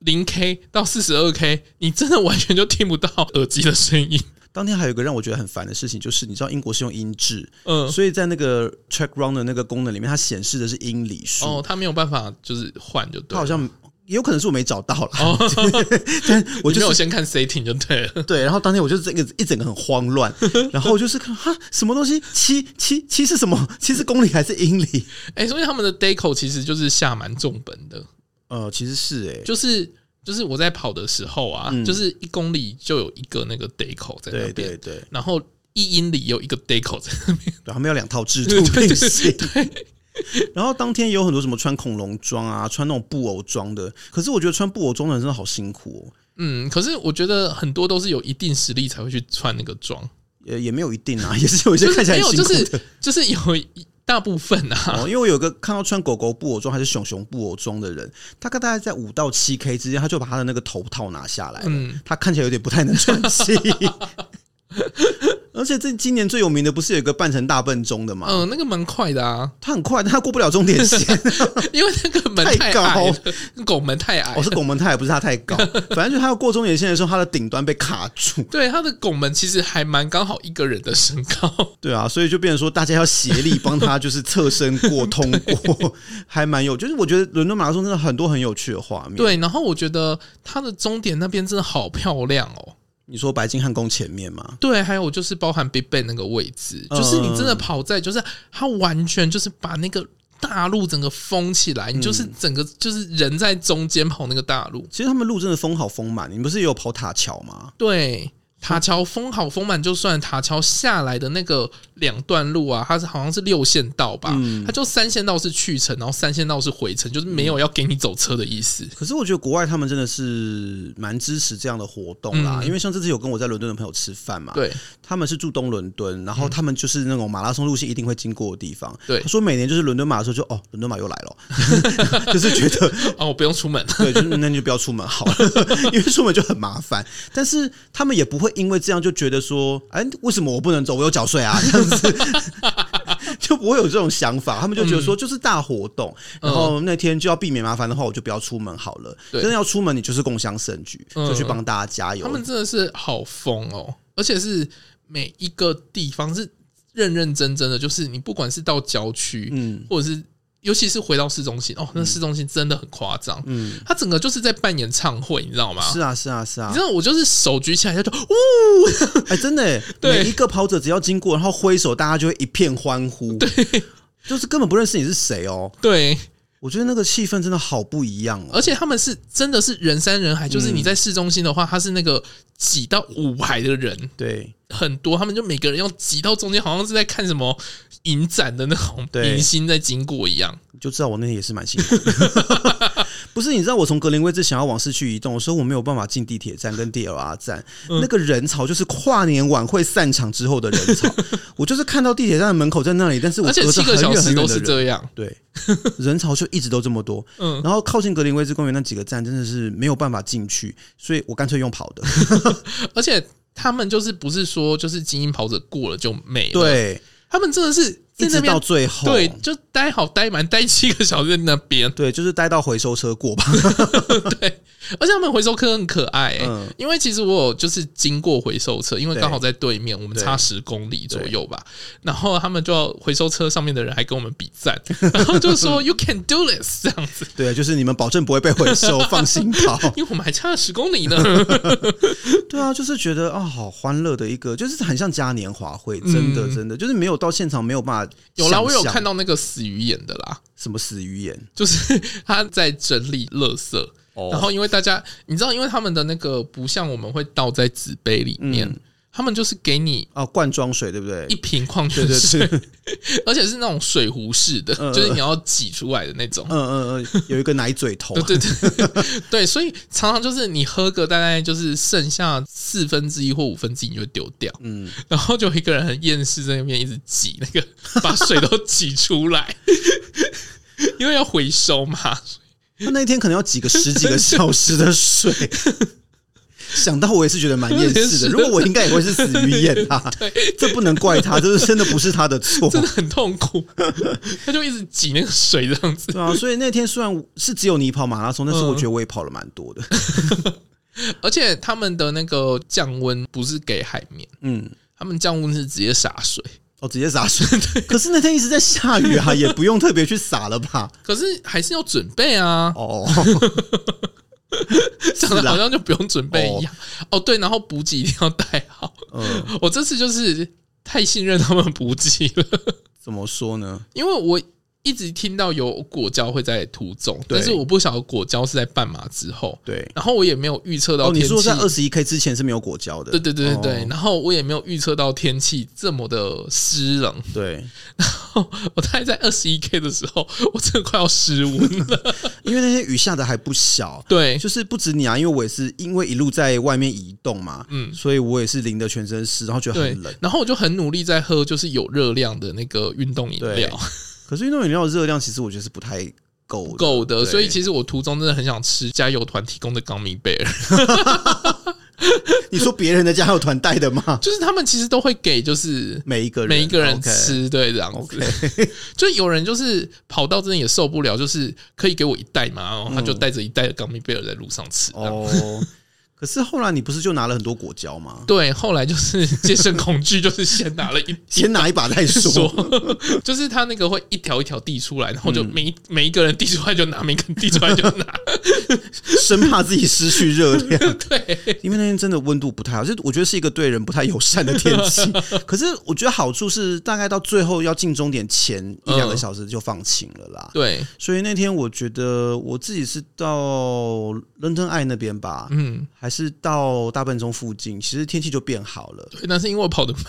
Speaker 1: 零 K 到四十二 K，你真的完全就听不到耳机的声音。
Speaker 2: 当天还有一个让我觉得很烦的事情，就是你知道英国是用音质，
Speaker 1: 嗯，
Speaker 2: 所以在那个 check round 的那个功能里面，它显示的是英里数，
Speaker 1: 哦，他没有办法，就是换就
Speaker 2: 它
Speaker 1: 对
Speaker 2: 好
Speaker 1: 了。
Speaker 2: 像也有可能是我没找到啦。
Speaker 1: 哦，
Speaker 2: 但我
Speaker 1: 我没
Speaker 2: 就
Speaker 1: 有
Speaker 2: 是
Speaker 1: 先看 setting 就对了。
Speaker 2: 对，然后当天我就整个一整个很慌 乱，然后我就是看哈什么东西七七七是什么？七是公里还是英里？
Speaker 1: 哎、所以他们的 deco 其实就是下蛮重本的，
Speaker 2: 呃，其实是哎、
Speaker 1: 就是就是我在跑的时候啊，
Speaker 2: 嗯
Speaker 1: 就是一公里就有一个那个 deco 在那
Speaker 2: 对
Speaker 1: 边，
Speaker 2: 对对，
Speaker 1: 然后一英里有一个 deco 在那边。
Speaker 2: 然后没有两套制度
Speaker 1: 对对
Speaker 2: 并
Speaker 1: 对
Speaker 2: 行。然后当天有很多什么穿恐龙装啊，穿那种布偶装的。可是我觉得穿布偶装的人真的好辛苦哦，
Speaker 1: 嗯，可是我觉得很多都是有一定实力才会去穿那个装，
Speaker 2: 也也没有一 定啊，也是有一些
Speaker 1: 就
Speaker 2: 看
Speaker 1: 是
Speaker 2: 起来
Speaker 1: 没
Speaker 2: 很
Speaker 1: 有，
Speaker 2: 辛
Speaker 1: 就
Speaker 2: 苦的。
Speaker 1: 是 就是有一大部 分啊，
Speaker 2: 哦，因为我有个看到穿狗狗布偶装还是熊熊布偶装的人，大概大概在五到七 K 之间，他就把他的那个头套拿下来了，
Speaker 1: 嗯
Speaker 2: 他看起来有点不太能喘气。 而且这今年最有名的不是有一个扮成大笨钟的吗？
Speaker 1: 嗯、那个蛮快的 啊，
Speaker 2: 他很快，但他过不了终点线。
Speaker 1: 因为那个门
Speaker 2: 太
Speaker 1: 太
Speaker 2: 高
Speaker 1: 矮了，那拱门太矮了
Speaker 2: 我、哦是。拱门太矮，不是他太高。反正就他要过终点线的时候，他的顶端被卡住。
Speaker 1: 对，他的拱门其实还蛮刚好一个人的身高。
Speaker 2: 对啊，所以就变成说，大家要协力帮他，就是侧身过通过，还蛮有。就是我觉得伦敦马拉松真的很多很有趣的画面。，
Speaker 1: 对，然后我觉得他的终点那边真的好漂亮哦。
Speaker 2: 你说白金汉宫前面嘛，
Speaker 1: 对，还有就是包含 Big Ben 那个位置，就是你真的跑在，就是他完全就是把那个大路整个封起来，你就是整个就是人在中间跑那个大路。
Speaker 2: 其实他们路真的封好封满。你不是也有跑塔桥吗？
Speaker 1: 对，塔桥封好封满就算，塔桥下来的那个两段路啊，它是好像是六线道吧，它就三线道是去程，然后三线道是回程，就是没有要给你走车的意思。
Speaker 2: 可是我觉得国外他们真的是蛮支持这样的活动啦，
Speaker 1: 嗯
Speaker 2: 因为像这次有跟我在伦敦的朋友吃饭嘛，
Speaker 1: 对，
Speaker 2: 他们是住东伦敦，然后他们就是那种马拉松路线一定会经过的地方。
Speaker 1: 嗯对
Speaker 2: 他说每年就是伦敦马的时候就哦，伦敦马又来了， 就是觉得
Speaker 1: 哦，我不用出门。
Speaker 2: 对，就是那你就不要出门好了， 因为出门就很麻烦。但是他们也不会因为这样就觉得说，哎，为什么我不能走？我有缴税啊， 这样子。就不会有这种想法，他们就觉得
Speaker 1: 嗯
Speaker 2: 说就是大活动，然后那天就要避免麻烦的话，我就不要出门好了。
Speaker 1: 对
Speaker 2: 真的要出门，你就是共襄盛举，
Speaker 1: 嗯
Speaker 2: 就去帮大家加油。
Speaker 1: 他们真的是好疯哦，而且是每一个地方是认认真真的，就是你不管是到郊区，
Speaker 2: 嗯
Speaker 1: 或者是尤其是回到市中心，哦，那市中心真的很夸张，
Speaker 2: 嗯，
Speaker 1: 它整个就是在办演唱会，你知道吗？
Speaker 2: 是啊是啊是啊
Speaker 1: 你知，道我就是手举起来，他就呜，
Speaker 2: 哎，真的耶，
Speaker 1: 对
Speaker 2: 每一个跑者只要经过，然后挥手，大家就会一片欢呼，对，就是根本不认识你是谁哦。
Speaker 1: 对，
Speaker 2: 我觉得那个气氛真的好不一样哦。
Speaker 1: 而且他们是真的是人山人海，
Speaker 2: 嗯
Speaker 1: 就是你在市中心的话，他是那个挤到五排的人
Speaker 2: 对，
Speaker 1: 很多，他们就每个人要挤到中间，好像是在看什么影展的那种
Speaker 2: 对
Speaker 1: 明星在经过一样。
Speaker 2: 就知道我那天也是蛮辛苦的。 不是，你知道我从格林威治想要往市区移动的时候，我没有办法进地铁站跟 DLR 站，
Speaker 1: 嗯
Speaker 2: 那个人潮就是跨年晚会散场之后的人潮。我就是看到地铁站的门口在那里，但是我
Speaker 1: 而且
Speaker 2: 隔着
Speaker 1: 七个
Speaker 2: 很
Speaker 1: 小
Speaker 2: 远
Speaker 1: 时
Speaker 2: 很
Speaker 1: 都
Speaker 2: 远的
Speaker 1: 是
Speaker 2: 人。
Speaker 1: 这样。
Speaker 2: 对， 人潮就一直都这么多。
Speaker 1: 嗯
Speaker 2: 然后靠近格林威治公园那几个站真的是没有办法进去，所以我干脆用跑 的。
Speaker 1: 而且他们就是不是说就是精英跑者过了就没了，，
Speaker 2: 对，
Speaker 1: 他们真的是
Speaker 2: 一
Speaker 1: 在
Speaker 2: 直
Speaker 1: 那
Speaker 2: 到
Speaker 1: 边
Speaker 2: 最后，
Speaker 1: 对，就待好待满待七个小时在那边，
Speaker 2: 对，就是待到回收车过吧。
Speaker 1: 对，而且他们回收车很可爱、欸，
Speaker 2: 嗯
Speaker 1: 因为其实我有就是经过回收车，因为
Speaker 2: 对
Speaker 1: 刚好在对面，我们
Speaker 2: 对
Speaker 1: 差十公里左右吧，然后他们就要回收车上面的人还跟我们比 赞，然后就说 “You can do this” 这样子。
Speaker 2: 对，就是你们保证不会被回收，放心 跑。
Speaker 1: 因为我们还差了十公 里呢，
Speaker 2: 对啊，就是觉得啊、好欢乐的一个，就是很像嘉年华会，真的、
Speaker 1: 嗯
Speaker 2: 真的，就是没有到现场没有办法
Speaker 1: 有啦，我有
Speaker 2: 想象
Speaker 1: 看到那个死鱼眼的啦，
Speaker 2: 什么死鱼眼，
Speaker 1: 就是他在整理垃圾，
Speaker 2: 嗯
Speaker 1: 然后因为大家你知道，因为他们的那个不像我们会倒在纸杯里面，他们就是给你
Speaker 2: 哦罐装水，对不对？
Speaker 1: 一瓶矿泉水，而且是那种水壶式的，
Speaker 2: 嗯
Speaker 1: 就是你要挤出来的那种。
Speaker 2: 嗯嗯嗯，有一个奶嘴头，
Speaker 1: 对对对对，所以常常就是你喝个大概就是剩下四分之一或五分之一，你就丢掉，
Speaker 2: 嗯，
Speaker 1: 然后就一个人很厌世在那边一直挤那个，把水都挤出来，因为要回收嘛。
Speaker 2: 他那一天可能要几个十 几个小时的水。想到我也是觉得蛮厌世 的，如果我应该也会是死鱼眼啊，这不能怪 他，这是真的不是他的错，
Speaker 1: 真的很痛苦，他就一直挤那个水这样子。
Speaker 2: 对啊，所以那天虽然是只有你跑马拉松，但是我
Speaker 1: 嗯
Speaker 2: 觉得我也跑了蛮 多的。
Speaker 1: 而且他们的那个降温不是给海绵，
Speaker 2: 嗯，
Speaker 1: 他们降温是直接洒水。
Speaker 2: 哦，直接 洒水。可是那天一直在下雨啊，也不用特别去洒了吧？
Speaker 1: 可是还是要准备啊，
Speaker 2: 哦，啊
Speaker 1: 长得好像就不用准备一样。哦，对，然后补给一定要带好。
Speaker 2: 嗯，
Speaker 1: 我这次就是太信任他们补给了，
Speaker 2: 怎么说呢？
Speaker 1: 因为我一直听到有果胶会在途中，
Speaker 2: 对
Speaker 1: 但是我不晓得果胶是在半马之后，
Speaker 2: 对，
Speaker 1: 然后我也没有预测到
Speaker 2: 哦，你
Speaker 1: 天气。呃
Speaker 2: 说在二十一 K 之前是没有果胶的，
Speaker 1: 对对对对对，
Speaker 2: 哦
Speaker 1: 然后我也没有预测到天气这么的湿冷，
Speaker 2: 对，
Speaker 1: 我大概在二十一 K 的时候， 我真的快要失温 了。
Speaker 2: 因为那天雨下的还不小。
Speaker 1: 对，
Speaker 2: 就是不止你啊，因为我也是因为一路在外面移动嘛，嗯，所以我也是淋得全身湿，然后觉得
Speaker 1: 对
Speaker 2: 很冷。，
Speaker 1: 然后我就很努力在喝，就是有热量的那个运动饮
Speaker 2: 对
Speaker 1: 料，
Speaker 2: 可是运动饮料的热量其实我觉得是不太够的，
Speaker 1: 够的。
Speaker 2: 对
Speaker 1: 所以其实我途中真的很想吃加油团提供的高米贝尔，
Speaker 2: 你说别人的加油团带的吗？
Speaker 1: 就是他们其实都会给，就是
Speaker 2: 每一个人，
Speaker 1: 每一个人
Speaker 2: OK
Speaker 1: 吃，对，这样子。 就有人就是跑到真的也受不了，就是可以给我一袋嘛，然后他就带着一袋的高米贝尔在路上吃。这样
Speaker 2: 嗯哦，可是后来你不是就拿了很多果胶吗？
Speaker 1: 对，后来就是 戒慎恐惧，就是先拿了一
Speaker 2: 先拿一把再说。
Speaker 1: 说， 就是他那个会一条一条递出来，然后
Speaker 2: 嗯
Speaker 1: 就每一、每一个人递出来就拿，每一个人递出来就拿。
Speaker 2: 生怕自己失去热量。
Speaker 1: 对，
Speaker 2: 因为那天真的温度不太好，就我觉得是一个对人不太友善的天气。可是我觉得好处是，大概到最后要进终点前一
Speaker 1: 嗯
Speaker 2: 两个小时就放晴了啦。
Speaker 1: 对，
Speaker 2: 所以那天我觉得我自己是到伦敦爱那边吧，
Speaker 1: 嗯，
Speaker 2: 还是到大笨钟附近，其实天气就变好了。
Speaker 1: 对，但是因为我跑得慢，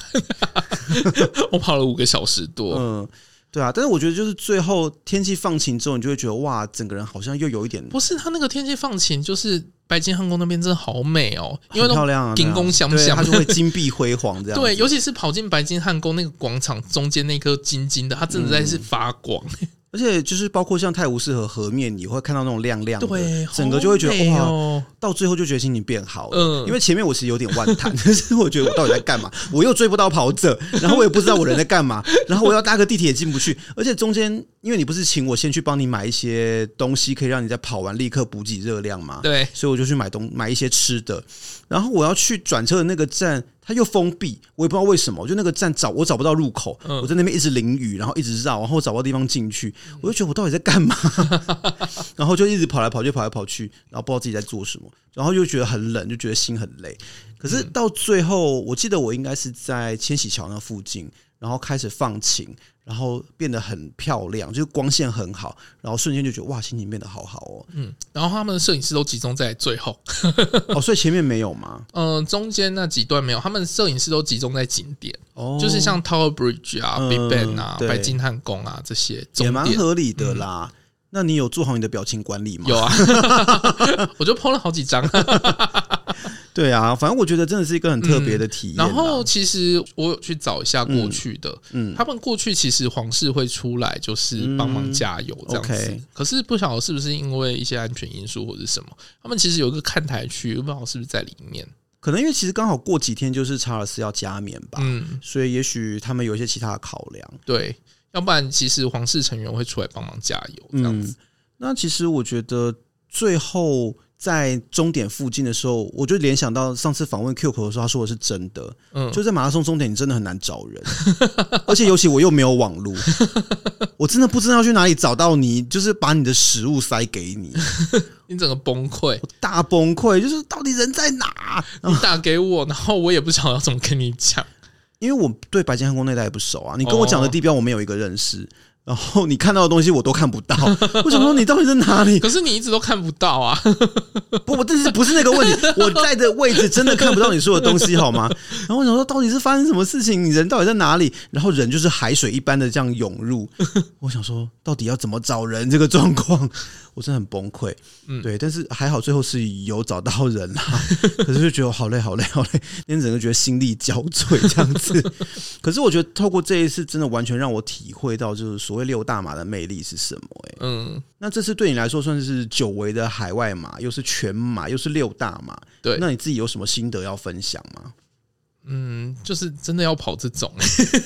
Speaker 1: 啊 我跑了五个小时多。
Speaker 2: 嗯，对啊。但是我觉得就是最后天气放晴之后，你就会觉得哇，整个人好像又有一点
Speaker 1: 不是他那个天气放晴，就是白金汉宫那边真的好美哦，因为
Speaker 2: 很
Speaker 1: 都
Speaker 2: 漂亮啊，
Speaker 1: 金光
Speaker 2: 对啊
Speaker 1: 闪
Speaker 2: 对
Speaker 1: 闪
Speaker 2: 它就会金碧辉煌这 样。
Speaker 1: 对，，尤其是跑进白金汉宫那个广场中间那颗金金的，它真的在是发光。
Speaker 2: 而且就是包括像泰晤士河河面，你会看到那种亮亮的，
Speaker 1: 对，好
Speaker 2: 整个就会觉得
Speaker 1: 美
Speaker 2: 哇，
Speaker 1: 哦，
Speaker 2: 到最后就觉得心情变好了。
Speaker 1: 嗯
Speaker 2: 因为前面我其实有点万谈， 但是我觉得我到底在干嘛？我又追不到跑者，然后我也不知道我人在干嘛， 然后我要搭个地铁也进不去，而且中间因为你不是请我先去帮你买一些东西，可以让你在跑完立刻补给热量吗？
Speaker 1: 对，
Speaker 2: 所以我就去买东买一些吃的，然后我要去转车的那个站，它又封闭，我也不知道为什么，我就那个站找我找不到入口，
Speaker 1: 嗯
Speaker 2: 我在那边一直淋雨，然后一直绕，然后我找不到地方进去，我就觉得我到底在干嘛，然后就一直跑来跑去，跑来跑去，然后不知道自己在做什么，然后又觉得很冷，就觉得心很累。可是到最后，我记得我应该是在千禧桥那附近，然后开始放晴，然后变得很漂亮，就是光线很好，然后瞬间就觉得哇，心情变得好好哦。
Speaker 1: 嗯，然后他们的摄影师都集中在最后，
Speaker 2: 哦，所以前面没有吗？
Speaker 1: 嗯、中间那几段没有，他们摄影师都集中在景点。
Speaker 2: 哦，
Speaker 1: 就是像 Tower Bridge 啊、
Speaker 2: 嗯
Speaker 1: Big Ben 啊、
Speaker 2: 对
Speaker 1: 白金汉宫啊这些
Speaker 2: 哦也
Speaker 1: 重
Speaker 2: 蛮
Speaker 1: 点。嗯
Speaker 2: 合理的啦。那你有做好你的表情管理吗？
Speaker 1: 有啊， 我就 PO 了好几张。
Speaker 2: 对啊，反正我觉得真的是一个很特别的体验啦、
Speaker 1: 嗯
Speaker 2: 啊
Speaker 1: 然后其实我有去找一下过去的，
Speaker 2: 嗯
Speaker 1: 他们过去其实皇室会出来就是帮忙加油这样子。
Speaker 2: OK
Speaker 1: 可是不晓得是不是因为一些安全因素或者是什么，他们其实有一个看台区，不知道是不是在里面。
Speaker 2: 可能因为其实刚好过几天就是查尔斯要加冕吧，
Speaker 1: 嗯，
Speaker 2: 所以也许他们有一些其他的考量。
Speaker 1: 对，要不然其实皇室成员会出来帮忙加油这样
Speaker 2: 嗯
Speaker 1: 子。，
Speaker 2: 那其实我觉得最后在终点附近的时候，我就联想到上次访问 Q 口的时候，他说的是真的，
Speaker 1: 嗯，
Speaker 2: 就在马拉松终点，你真的很难找人， 而且尤其我又没有网路，我真的不知道去哪里找到你，就是把你的食物塞给你。
Speaker 1: 你整个崩溃，
Speaker 2: 我大崩溃，就是到底人在哪？
Speaker 1: 你打给我，然后我也不晓得要 怎么跟你讲。
Speaker 2: 因为我对白金汉宫那代也不熟啊，你跟我讲的地标我没有一个认识。然后你看到的东西我都看不到， 我想说你到底在哪里？
Speaker 1: 可是你一直都看不到啊！
Speaker 2: 不，我但是不是那个问题？我在的位置真的看不到你说的东西，好吗？然后我想说，到底是发生什么事情？你人到底在哪里？然后人就是海水一般的这样涌入。我想说，到底要怎么找人？这个状况我真的很崩溃。嗯，对，但是还好最后是有找到人啦、啊。可是就觉得好累，好累，好累，那天整个觉得心力交瘁这样子。可是我觉得透过这一次，真的完全让我体会到，就是所。所谓六大马的魅力是什么、欸？哎，嗯，那这次对你来说算是久违的海外马，又是全马，又是六大马，
Speaker 1: 对，
Speaker 2: 那你自己有什么心得要分享吗？
Speaker 1: 嗯，就是真的要跑这种、
Speaker 2: 欸。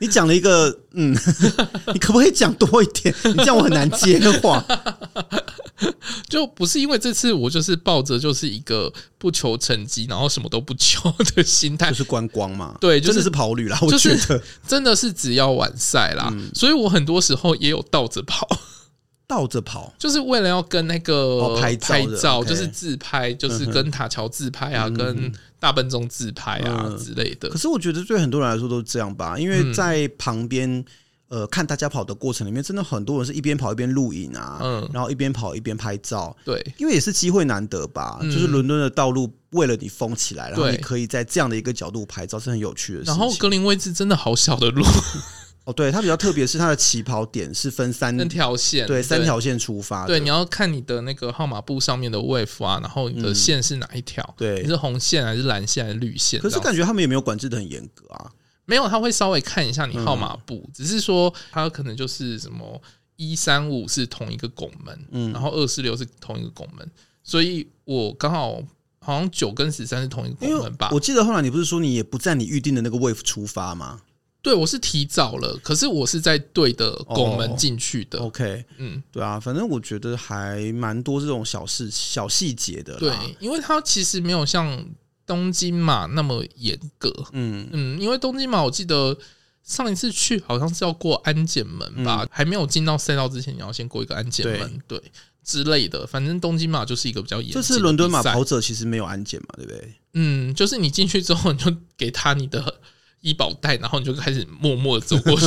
Speaker 2: 你讲了一个，嗯， 你可不可以讲多一点？你这样我很难接 话。
Speaker 1: 就不是因为这次我就是抱着就是一个不求成绩，然后什么都不求的心态，
Speaker 2: 就是观光嘛。、
Speaker 1: 对，就是
Speaker 2: 真的是跑旅啦，我觉得、
Speaker 1: 就是、真的是只要完赛啦、嗯。所以我很多时候也有倒着跑。
Speaker 2: 倒着跑，
Speaker 1: 就是为了要跟那个、哦、
Speaker 2: 拍
Speaker 1: 拍
Speaker 2: 照
Speaker 1: ，okay、就是自拍，就是跟塔桥自拍啊，嗯、跟大笨钟自拍啊、嗯、之类的。
Speaker 2: 可是我觉得对很多人来说都这样吧，因为在旁边、嗯、呃看大家跑的过程里面，真的很多人是一边跑一边录影啊，嗯，然后一边跑一边拍照，
Speaker 1: 对，
Speaker 2: 因为也是机会难得吧，
Speaker 1: 嗯
Speaker 2: 就是伦敦的道路。为了你封起来，然后你可以在这样的一个角度拍照，是很有趣的事情。
Speaker 1: 然后格林威治真的好小的路。
Speaker 2: 哦，对，它比较特别是它的起跑点是分三
Speaker 1: 条线，
Speaker 2: 对，三条线出发
Speaker 1: 对。对，你要看你的那个号码布上面的 wave 啊，然后你的线是哪一条？嗯、
Speaker 2: 对，
Speaker 1: 你是红线还是蓝线还是绿线？
Speaker 2: 可是感觉他们也没有管制的很严格啊。
Speaker 1: 没有，他会稍微看一下你号码布，嗯、只是说他可能就是什么一三五是同一个拱门，嗯，然后二四六是同一个拱门，所以我刚好。好像九跟十三是同一个拱门吧？
Speaker 2: 我记得后来你不是说你也不在你预定的那个 wave 出发吗？
Speaker 1: 对，我是提早了，可是我是在对的拱门进去的。
Speaker 2: Oh, OK，嗯，对啊，反正我觉得还蛮多这种小事、小细节的。
Speaker 1: 对，因为它其实没有像东京嘛那么严格。嗯嗯，因为东京嘛，我记得上一次去好像是要过安检门吧、嗯，还没有进到赛道之前，你要先过一个安检门。对。對之类的，反正东京马就是一个比较严。
Speaker 2: 这次伦敦马跑者其实没有安检嘛，对不对？
Speaker 1: 嗯，就是你进去之后，你就给他你的医保袋，然后你就开始默默走过 去，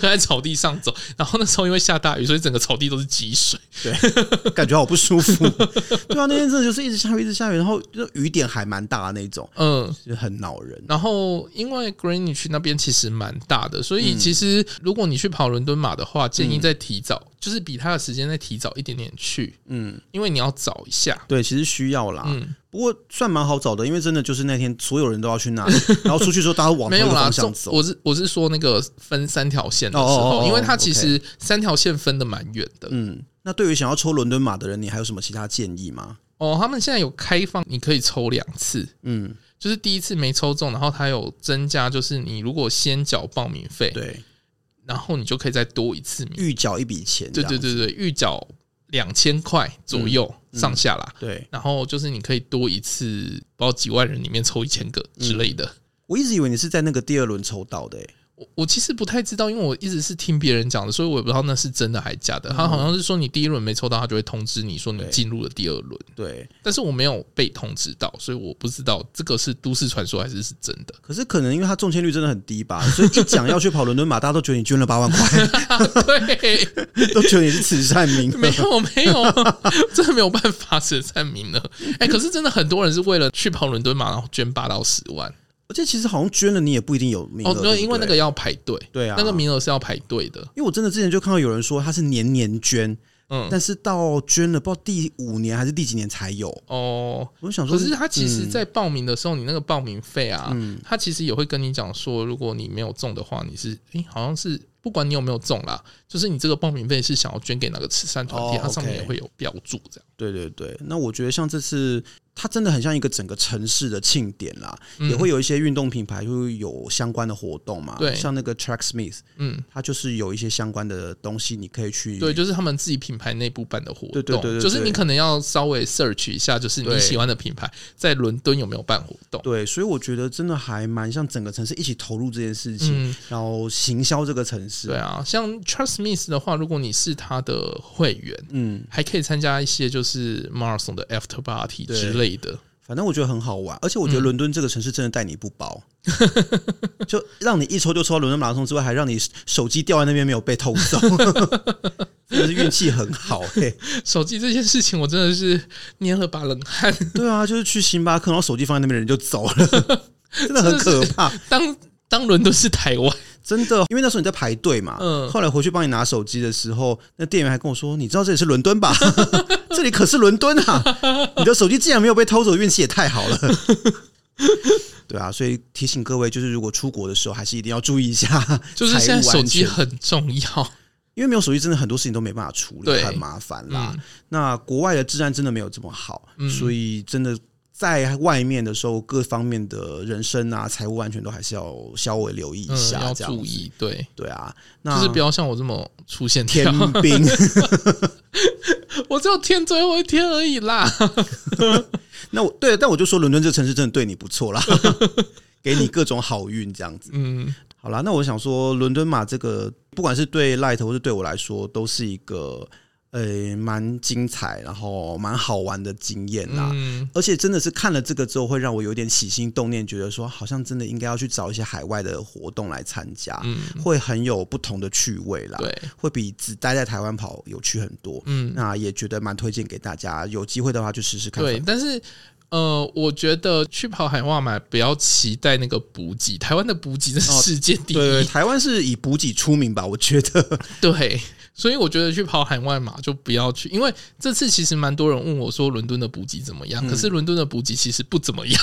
Speaker 1: 在草地上走。然后那时候因为下大雨，所以整个草地都是积水，
Speaker 2: 对，感觉好不 舒服。对啊，那天真的就是一直下雨，一直下雨，然后雨点还蛮大的那种，嗯，就是很恼人。
Speaker 1: 然后因为 Greenwich 那边其实蛮大的，所
Speaker 2: 嗯
Speaker 1: 以其实如果你去跑伦敦马的话，建议再提早。嗯就是比他的时间再提早一点点去，嗯，因为你要找一下，
Speaker 2: 对，其实需要啦，嗯，不过算蛮好找的，因为真的就是那天所有人都要去 那里，然后出去之后大家往
Speaker 1: 没有啦，
Speaker 2: 方向走。
Speaker 1: 我是我是说那个分三条线的时候，哦哦哦因为它其实三条线分的蛮远的，
Speaker 2: 嗯。那对于想要抽伦敦马的人，你还有什么其他建议吗？
Speaker 1: 哦，他们现在有开放，你可以抽两次，嗯，就是第一次没抽中，然后它有增加，就是你如果先缴报名费，
Speaker 2: 对。
Speaker 1: 然后你就可以再多一次
Speaker 2: 预缴一笔钱，
Speaker 1: 对对对对，预缴两千块左右上下啦、
Speaker 2: 嗯嗯。对，
Speaker 1: 然后就是你可以多一次，不知道几万人里面抽一千个之类的、嗯。
Speaker 2: 我一直以为你是在那个第二轮抽到的、欸，
Speaker 1: 我我其实不太知道，因为我一直是听别人讲的，所以我也不知道那是真的还假的。
Speaker 2: 嗯
Speaker 1: 他好像是说你第一轮没抽到，他就会通知你说你进入了第二轮。
Speaker 2: 对，
Speaker 1: 但是我没有被通知到，所以我不知道这个是都市传说还是是真的。
Speaker 2: 可是可能因为它中签率真的很低吧，所以一讲要去跑伦敦马，大家都觉得你捐了八万块，
Speaker 1: 对，
Speaker 2: 都觉得你是慈善 名
Speaker 1: 没有没有，真的没有办法慈善名 额。哎、欸，可是真的很多人是为了去跑伦敦马，然后捐八到十万。
Speaker 2: 而且其实好像捐了你也不一定有名额，哦，
Speaker 1: 对，因为那个要排队，
Speaker 2: 对啊，
Speaker 1: 那个名额是要排队的。
Speaker 2: 因为我真的之前就看到有人说他是年年捐，嗯，但是到捐了不知道第五年还是第几年才有
Speaker 1: 哦。
Speaker 2: 我想说，
Speaker 1: 可是他其实，在报名的时候，嗯、你那个报名费啊、嗯，他其实也会跟你讲说，如果你没有中的话，你是诶、欸，好像是不管你有没有中啦，就是你这个报名费是想要捐给哪个慈善团体、哦，它上面也会有标注这样。
Speaker 2: 对对对，那我觉得像这次。它真的很像一个整个城市的庆典啦，嗯、也会有一些运动品牌就有相关的活动嘛，
Speaker 1: 对，
Speaker 2: 像那个 Tracksmith，嗯，它就是有一些相关的东西，你可以去，
Speaker 1: 对，就是他们自己品牌内部办的活动，
Speaker 2: 嗯对对对,對，
Speaker 1: 就是你可能要稍微 search 一下，就是你喜欢的品牌在伦敦有没有办活动，
Speaker 2: 对，所以我觉得真的还蛮像整个城市一起投入这件事情，嗯、然后行销这个城市，
Speaker 1: 对啊，像 Tracksmith 的话，如果你是他的会员，嗯，还可以参加一些就是 marathon 的 after party 之类。类的，
Speaker 2: 反正我觉得很好玩，而且我觉得伦敦这个城市真的带你不薄， 就让你一抽就抽到伦敦马拉松之外，还让你手机掉在那边没有被偷走，真的是运气很好、欸。
Speaker 1: 手机这件事情，我真的是捏了把冷汗。
Speaker 2: 对啊，就是去星巴克，然后手机放在那边，人就走了，真的很可怕。
Speaker 1: 当当伦敦是台湾，
Speaker 2: 真的，因为那时候你在排队嘛，嗯，后来回去帮你拿手机的时候，那店员还跟我说：“你知道这里是伦敦 吧？这里可是伦敦啊！你的手机竟然没有被偷走，运气也太好了。” 对啊，所以提醒各位，就是如果出国的时候，还是一定要注意一下，
Speaker 1: 就是现在手机很重要。
Speaker 2: 因为没有手机，真的很多事情都没办法处理，很麻烦啦。嗯、那国外的治安真的没有这么好，嗯、所以真的。在外面的时候，各方面的人生啊、财务安全都还是要稍微留意一下、嗯，
Speaker 1: 要注意。对
Speaker 2: 对啊，
Speaker 1: 那就是不要像我这么出现
Speaker 2: 天兵，
Speaker 1: 我只有天最后一天而已 啦。
Speaker 2: 那我对，但我就说伦敦这城市真的对你不 错啦，给你各种好运这样子。嗯，好啦，那我想说，伦敦嘛，这个不管是对 Light 或是对我来说，都是一个。呃，蛮精彩，然后蛮好玩的经验呐、啊，嗯、而且真的是看了这个之后，会让我有点起心动念，觉得说好像真的应该要去找一些海外的活动来参加，嗯、会很有不同的趣味啦，
Speaker 1: 对，
Speaker 2: 会比只待在台湾跑有趣很多。嗯，那也觉得蛮推荐给大家，有机会的话就试试看。
Speaker 1: 对，但是呃，我觉得去跑海外嘛，不要期待那个补给，台湾的补给是世界第一，哦、
Speaker 2: 对对台湾是以补给出名吧？我觉得
Speaker 1: 对。所以我觉得去跑海外马就不要去，因为这次其实蛮多人问我说伦敦的补给怎么样，嗯、可是伦敦的补给其实不怎么样，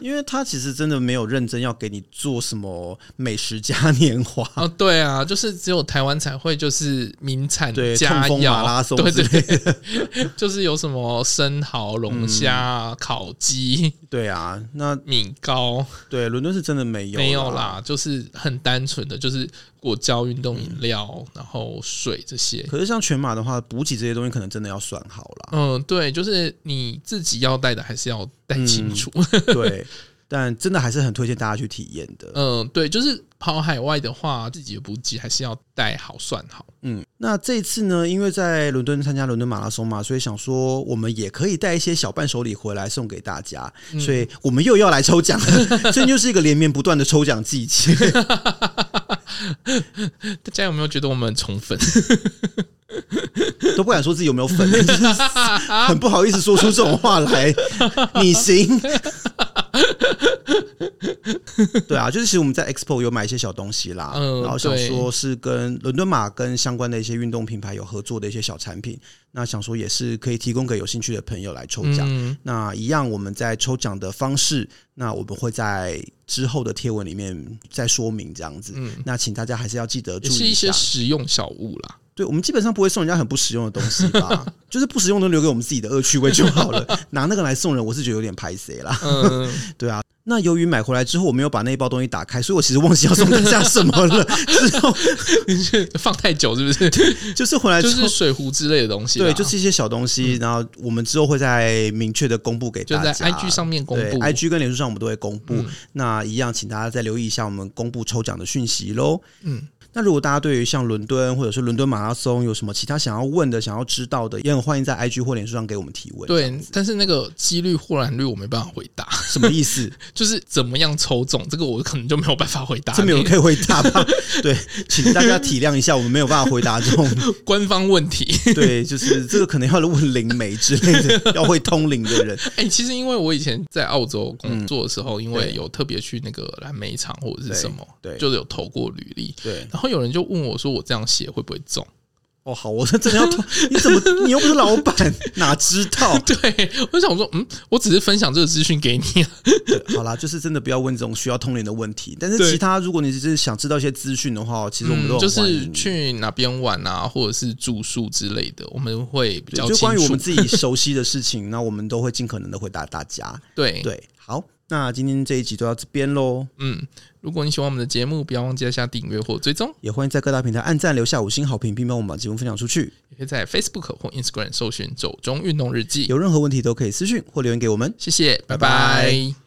Speaker 2: 因为他其实真的没有认真要给你做什么美食嘉年华
Speaker 1: 啊、 哦，对啊，就是只有台湾才会就是名产佳肴
Speaker 2: 马拉松，
Speaker 1: 对对， 就是有什么生蚝、龙虾、嗯、烤鸡，
Speaker 2: 对啊，那
Speaker 1: 米糕，
Speaker 2: 对，伦敦是真的没有
Speaker 1: 没有啦，就是很单纯的就是。果胶、运动饮料，然后水这些。
Speaker 2: 可是像全马的话，补给这些东西可能真的要算好了。
Speaker 1: 嗯，对，就是你自己要带的还是要带清楚、嗯。
Speaker 2: 对，但真的还是很推荐大家去体验的。
Speaker 1: 嗯，对，就是跑海外的话，自己的补给还是要带好算好。
Speaker 2: 嗯，那这次呢，因为在伦敦参加伦敦马拉松嘛，所以想说我们也可以带一些小伴手礼回来送给大家，嗯、所以我们又要来抽奖了， 这就是一个连绵不断的抽奖季节。
Speaker 1: 大家有没有觉得我们宠粉？
Speaker 2: 都不敢说自己有没有 粉，很不好意思说出这种话来。你行？ 对啊，就是其实我们在 Expo 有买一些小东西啦，嗯、然后想说是跟伦敦马跟相关的一些运动品牌有合作的一些小产品，那想说也是可以提供给有兴趣的朋友来抽奖。嗯、那一样我们在抽奖的方式，那我们会在之后的贴文里面再说明这样子。嗯、那请大家还是要记得注意一下，
Speaker 1: 是一些实用小物啦。
Speaker 2: 对，我们基本上不会送人家很不实用的东 西吧，就是不实用都留给我们自己的恶趣味就好了。拿那个来送人，我是觉得有点排谁啦。嗯、对啊，那由于买回来之后我没有把那一包东西打开，所以我其实忘记要送大家什么 了。之后
Speaker 1: 你是嗯 放太久是不是？
Speaker 2: 就是回来
Speaker 1: 就是水壶之类的啊东西，
Speaker 2: 对，就是一些小东西。嗯、然后我们之后会在明确的公布给大家，
Speaker 1: 就在 IG 上面公布
Speaker 2: ，IG 跟脸书上我们都会公布。嗯、那一样，请大家再留意一下我们公布抽奖的讯息喽。嗯。那如果大家对于像伦敦或者是伦敦马拉松有什么其他想要问的、想要知道的，也很欢迎在 IG 或脸书上给我们提问。
Speaker 1: 对，但是那个几率或然率我没办法回答，
Speaker 2: 什么意思？
Speaker 1: 就是怎么样抽中这个，我可能就没有办法回答。
Speaker 2: 这没有可以回答吧？对，请大家体谅一下，我们没有办法回答这种
Speaker 1: 官方问题。
Speaker 2: 对，就是这个可能要问灵媒之类的，要会通灵的 人。
Speaker 1: 哎、欸，其实因为我以前在澳洲工作的时候，嗯、因为有特别去那个蓝莓厂或者是什么，
Speaker 2: 对，對
Speaker 1: 就是有投过履历，
Speaker 2: 对，
Speaker 1: 然后。有人就问我说：“我这样写会不会中？”
Speaker 2: 哦，好，我说真的要，你怎么你又不是老板， 哪知道？
Speaker 1: 对，我想说，嗯，我只是分享这个资讯给你、啊
Speaker 2: 對。好啦，就是真的不要问这种需要通灵的问题。但是其他，如果你只是想知道一些资讯的话，其实我们都、嗯、
Speaker 1: 就是去哪边玩啊，或者是住宿之类的，我们会比较
Speaker 2: 就关于我们自己熟悉的事情， 那我们都会尽可能的回答大家。
Speaker 1: 对
Speaker 2: 对，好。那今天这一集就到这边喽。
Speaker 1: 嗯，如果你喜欢我们的节目，不要忘记下订阅或追踪，
Speaker 2: 也欢迎在各大平台按赞、留下五星好评，并帮我们把节目分享出去。
Speaker 1: 也可以在 Facebook 或 Instagram 搜寻“走中运动日记”，
Speaker 2: 有任何问题都可以私讯或留言给我们。
Speaker 1: 谢谢，拜拜。拜拜